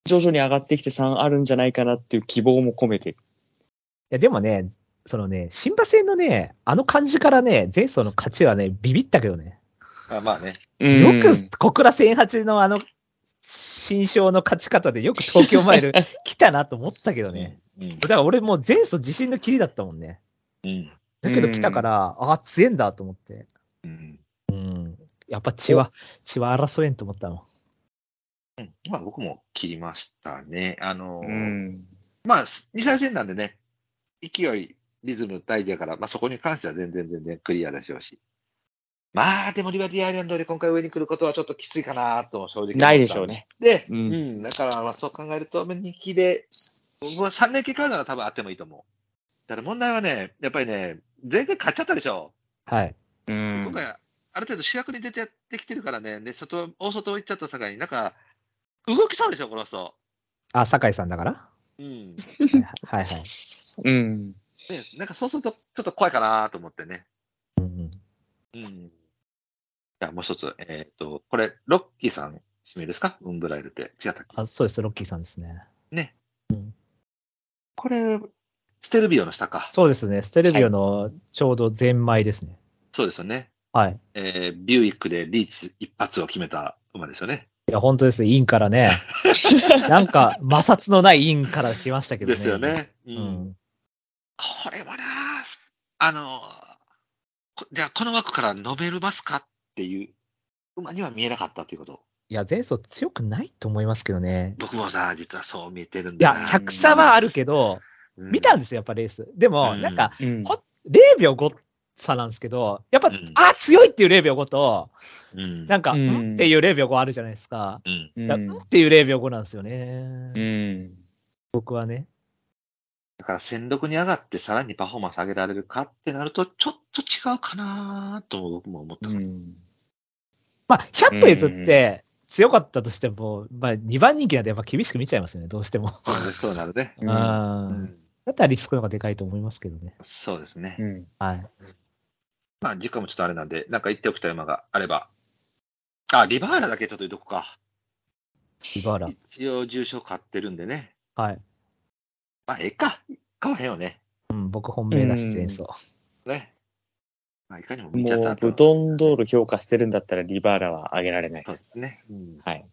S4: 徐々に上がってきて3あるんじゃないかなっていう希望も込めて。
S1: いや、でもね、そのね、新馬戦のね、あの感じからね、前走の勝ちはね、ビビったけどね。
S2: あまあね。
S1: よく、小倉1008のあの、新勝の勝ち方でよく東京マ
S2: *laughs*
S1: イル来たなと思ったけどね。
S2: うん
S1: だ。から俺もう前走自信の切りだったもんね。
S2: うん。
S1: だけど来たから、ああ、強えんだと思って。
S2: うん。
S1: うん。やっぱ血は、血は争えんと思ったの。
S2: まあ僕も切りましたね。あのー
S4: うん。
S2: まあ、2歳戦なんでね、勢い、リズム、大事やから、まあそこに関しては全然全然クリアでしょうし。まあ、でもリバティアイランドで今回上に来ることはちょっときついかなと、正直。
S4: ないでしょう。ね。
S2: で、う、
S4: うんん
S2: だから、まあそう考えると、人気で、僕は3連休買うなら多分あってもいいと思う。ただ問題はね、やっぱりね、前回買っちゃったでしょ。
S1: はい。
S4: うん
S2: 今回、ある程度主役に出てやってきてるからね、で、外、大外行っちゃった境になんか、動きそうでしょ、この人。
S1: あ、酒井さんだからは
S2: うん。
S1: いはいはい。
S4: うん。
S2: ね、なんかそうすると、ちょっと怖いかなと思ってね。
S1: うんうん
S2: うん。じゃあもう一つ、えっ、と、これ、ロッキーさん、指名ですかウンブライルって。違ったっけ
S1: あ、そうです、ロッキーさんですね。
S2: これ、ステルビオの下か。
S1: そうですね、ステレビオのちょうどゼンマイですね。
S2: そうですよね。
S1: はい。
S2: えー、ビューイックでリーチ一発を決めた馬ですよね。
S1: いや、本当です、インから
S2: *laughs*
S1: ね。なんか、摩擦のないインから来ましたけど
S2: で
S1: ね。
S2: すよ。ね。う。
S1: うんん。
S2: これはな、あのーこじゃあこの枠から飲めるますかっていう馬には見えなかったということ。
S1: いや、前走強くないと思いますけどね。
S2: 僕もさ、実はそう見えてるん
S1: い
S2: だ
S1: や
S2: な。、
S1: 100差はあるけど、
S2: うん
S1: 見たんですよ、やっぱレース。でも、
S2: うん
S1: なんか、
S4: うん
S1: ほ0秒5差なんですけど、やっぱ、
S2: うん
S1: あ、強いっていう0秒5と、
S2: うん。
S1: なんか、う
S4: うんん
S1: っていう0秒5あるじゃないですか。
S2: うん。
S4: う
S1: だからうん
S4: ん。
S1: っていう0秒5なんですよね。
S4: うん。
S1: 僕はね。
S2: だから、戦力に上がってさらにパフォーマンス上げられるかってなると、ちょっと違うかなとも僕も思った。
S4: うん。
S1: まあ、100歩譲って、強かったとしても、まあ、2番人気なんでやっぱ厳しく見ちゃいますよね、どうしても。
S2: そうなるね。
S1: うん、だったらリスクの方がでかいと思いますけどね。
S2: そうですね。
S4: うん。
S1: はい。
S2: まあ、時間もちょっとあれなんで、なんか言っておきたい馬があれば。あ、リバーラだけちょっと言うとこか。
S1: リバーラ。
S2: 一応、重賞買ってるんでね。
S1: はい。
S2: まあ、ええか。買わへんよね。
S1: うん、僕本命だし、前走。
S2: ね。まあ、いかにも見ちゃっ
S4: も
S2: た
S4: う、
S2: と
S4: ブトンドール評価してるんだったらリバーラは上げられない
S2: そ
S4: で。
S2: うですすね。うん。
S4: はい。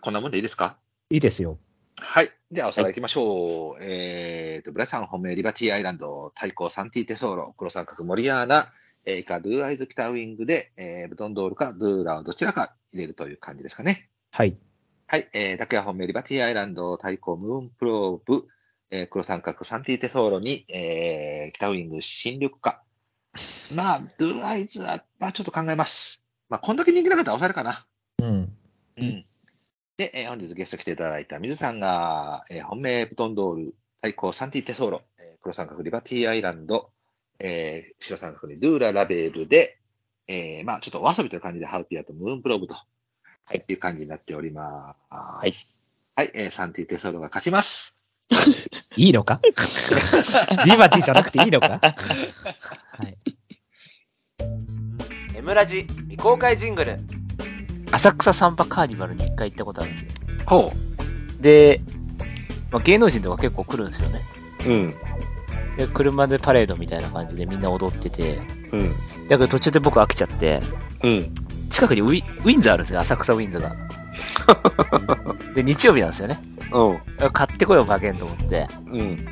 S2: こんなもんでいいですか
S1: いいですよ。
S2: はい。では、おさらい行きましょう。えーと、ブラさん、本命、リバティアイランド、対抗、サンティテソーロ、黒三角、モリアーナ、えー、イカ、ドゥーアイズ、北ウィングで、えー、ブトンドールか、ドゥーラをどちらか入れるという感じですかね。
S1: はい。
S2: はい。えー、ダクヤ本命、リバティアイランド、対抗、ムーンプローブ、えー、黒三角、サンティテソーロに、えー、北ウィング、新緑か。まあ、ドゥーアイズは、まあ、ちょっと考えます。まあ、こんだけ人気なかったら抑えるかな。
S1: うん。
S2: うんで、えー本日ゲスト来ていただいた水さんが、えー本命ブトンドール、対抗サンティテソーロ、えー黒三角リバティアイランド、えー白三角にドゥーララベルで、えーまあちょっとお遊びという感じでハウピアとムーンプローブと、
S4: い。
S2: いう感じになっております。はいはい、えーサンティテソーロが勝ちます。
S1: いいのか *laughs* リバティじゃなくていいのかはい。
S3: エムラジ未公開ジングル
S5: 浅草サンバカーニバルに一回行ったことあるんですよ。
S2: ほ
S5: で、まあ、芸能人とか結構来るんですよね。
S2: う。うん。
S5: で、車でパレードみたいな感じでみんな踊ってて、
S2: うん。
S5: だけど途中で僕飽きちゃって、
S2: うん。
S5: 近くにウィウィンズあるんですよ、浅草ウィンズが。で、日曜日なんですよね。買ってこよう、馬券と思って。
S2: うん。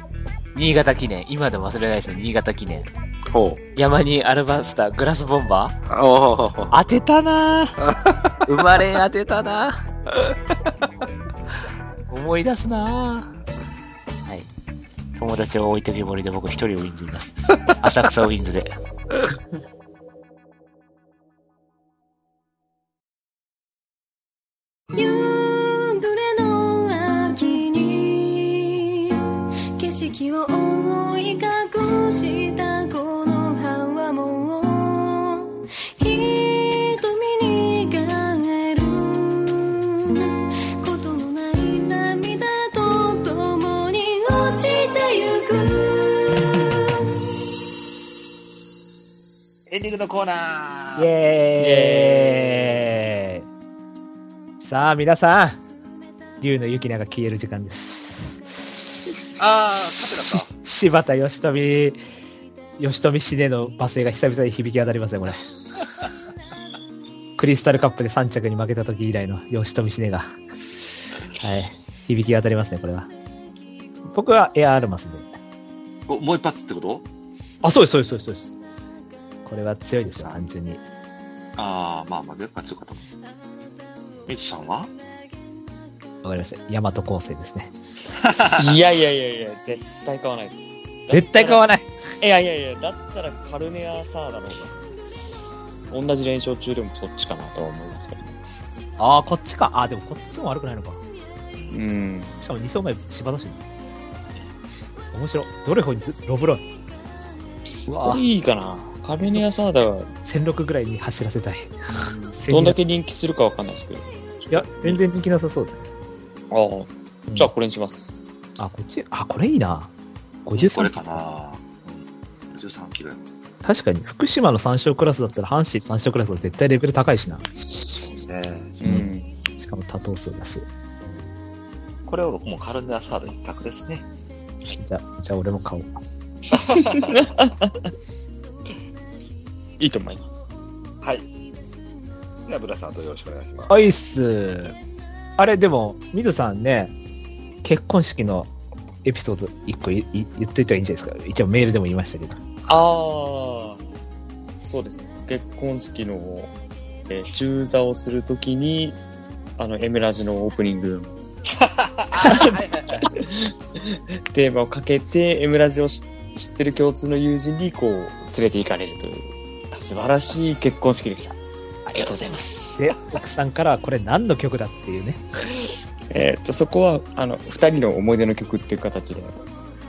S5: 新潟記念、今でも忘れないですよ、新潟記念。
S2: ほう。
S5: 山にアルバスター、グラスボンバー
S2: おー
S5: 当てたなぁ。生まれん当てたなぁ。思い出すなぁ。はい。友達を置いてけぼりで僕一人ウィンズいます。浅草ウィンズで。
S6: 夕暮れの秋に景色を覆い隠したこの葉はもう瞳にえることのない涙と共に落ちてゆく
S2: エンディングのコーナ
S1: イ
S2: ー。
S1: エーイさあ、皆さん、竜の雪菜が消える時間です。
S2: あー、勝
S1: し柴田義富、義富シネの罵声が久々に響き当たりますね、これ。クリスタルカップで3着に負けた時以来の義富シネが。はい。響き当たりますね、これは。僕はエアアルマスで。
S2: てたか。おもう一発ってこと
S1: あ、そうです、そうです、そうですそうです。これは強いですよ、単純に。
S2: ああ、まあまあ、絶対強かったもん。ミツさんは
S1: わかりました。大和構成ですね。
S4: いやいやいやいや、絶対買わないです。
S1: 絶対買わない。
S4: いやいやいや、だったらカルネアサーダの方が。同じ連勝中でもそっちかなとは思いますけど。
S1: ああ、こっちか。ああ、でもこっちも悪くないのか。
S4: うん。
S1: しかも2層前、柴田市。面白い。どれほにずロブロン。うわ
S4: いいかな。カルネアサーダは
S1: 1006ぐらいに走らせたい。
S4: どんだけ人気するかわかんないですけど。
S1: いや、全然人気なさそうだ。
S4: ああ。じゃあこれにします。
S1: あ、こっち、あ、これいいな。
S2: これ
S1: 53
S2: かな。うん53キロやもん
S1: 確かに、福島の3勝クラスだったら、阪神3勝クラスは絶対レベル高いしな。
S2: ね。
S1: うん
S4: うん。
S1: しかも多頭数だし。
S2: これは僕もカルネアサード一択ですね。
S1: じゃあ、じゃあ俺も買おう。
S4: いいと思います。
S2: はい。では、ブラさんとよろしくお願いします。
S1: アイス。あれ、でも、水さんね、結婚式のエピソード1個いい言っといたらいいんじゃないですか。一応メールでも言いましたけど。
S4: ああ。そうですね。結婚式の、えー中座をするときに、あの、エメラジのオープニン
S2: *laughs*
S4: グのテーマをかけて、エムラジを知っ知ってる共通の友人にこう連れて行かれるという素晴らしい結婚式でしたありがとうございます
S1: で、奥さんからはこれ何の曲だっていうね。
S4: えーっとそこはあの2人の思い出の曲っていう形で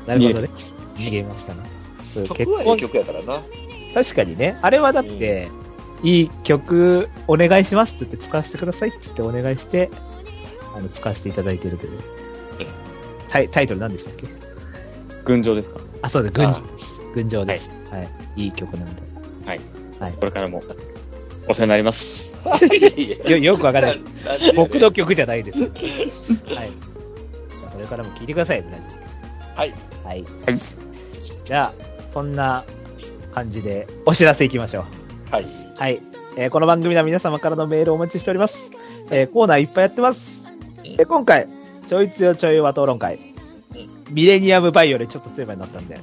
S1: なるほどね。逃げましたな。そう
S2: 曲はいい曲やからな。
S1: 確かにね、あれはだって、いい曲お願いしますって言って使わせてくださいって言ってお願いして、あの使わせていただいてるという
S2: ええ。
S1: タイタイトル何でしたっけ
S4: 群青ですか
S1: あ、そうです。群青です。群青です。はい。いい曲なんで。
S4: これからもお世話になります
S1: よよくわからない。僕
S2: 僕
S1: の曲じゃない
S2: *laughs*
S1: です。はい。じゃあこれからも聴いてください、村地
S2: はい。
S1: はい。
S4: はい
S1: じゃあ、そんな感じでお知らせいきましょう。
S2: はい。
S1: はい、えーこの番組では皆様からのメールをお待ちしております、えーコーナーいっぱいやってます、えー今回ちょい強ちょい和討論会ミレニアムバイオでちょっと強い場になったんで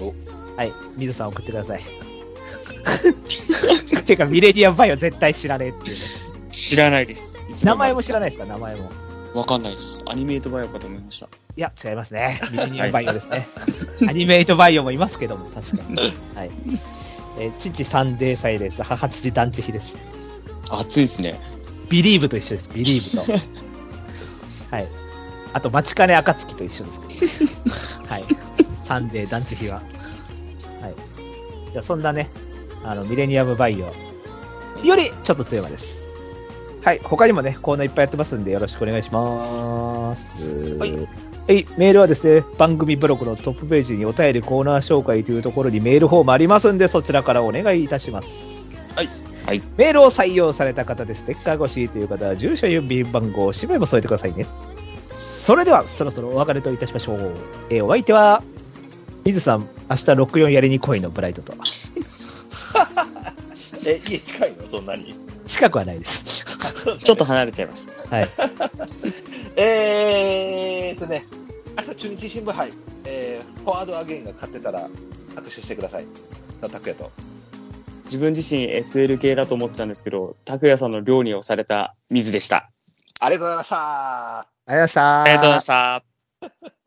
S2: お
S1: はい水さん送ってください *laughs* ていうかミレニアムバイオ絶対知らねえっていう、ね、
S4: *laughs* 知らないです
S1: 名前も知ら
S4: ない
S1: ないですか名前も
S4: わかんないですアニメートバイオかと思いました
S1: いや違います *laughs* ねミレニアムバイオですね、アニメイトバイオもいますけども確かにはいえー父サンデー祭です母父団地比です
S4: 暑いですね
S1: ビリーブと一緒です、ビリー *laughs* ブと。はい。あと、待ちかね暁と一緒ですけ *laughs* ど。はい。サンデー、団地日は。はい。じゃあ、そんなね、あの、ミレニアムバイオよりちょっと強いです。はい。他にもね、コーナーいっぱいやってますんで、よろしくお願いします。
S2: はい
S1: はい。メールはですね、番組ブログのトップページにお便りコーナー紹介というところにメールフォームありますんで、そちらからお願いいたします。メールを採用された方でステッカーが欲しいという方は住所郵便番号氏名も添えてくださいねそれではそろそろお別れといたしましょう、えーお相手は水さん明日64やりに来いのブライトと
S2: え、家近いのそんなに。
S1: 近くはないです
S4: ちょっと離れちゃいました
S1: はい
S2: えーっとね、朝中日新聞杯、えー、フォワードアゲインが勝ってたら握手してください。の拓也と。
S4: 自分自身 SL 系だと思ってたんですけど拓也さんの寮に押された水でした
S2: ありがとうございました。
S1: ありがとうございました
S4: ありがとうございました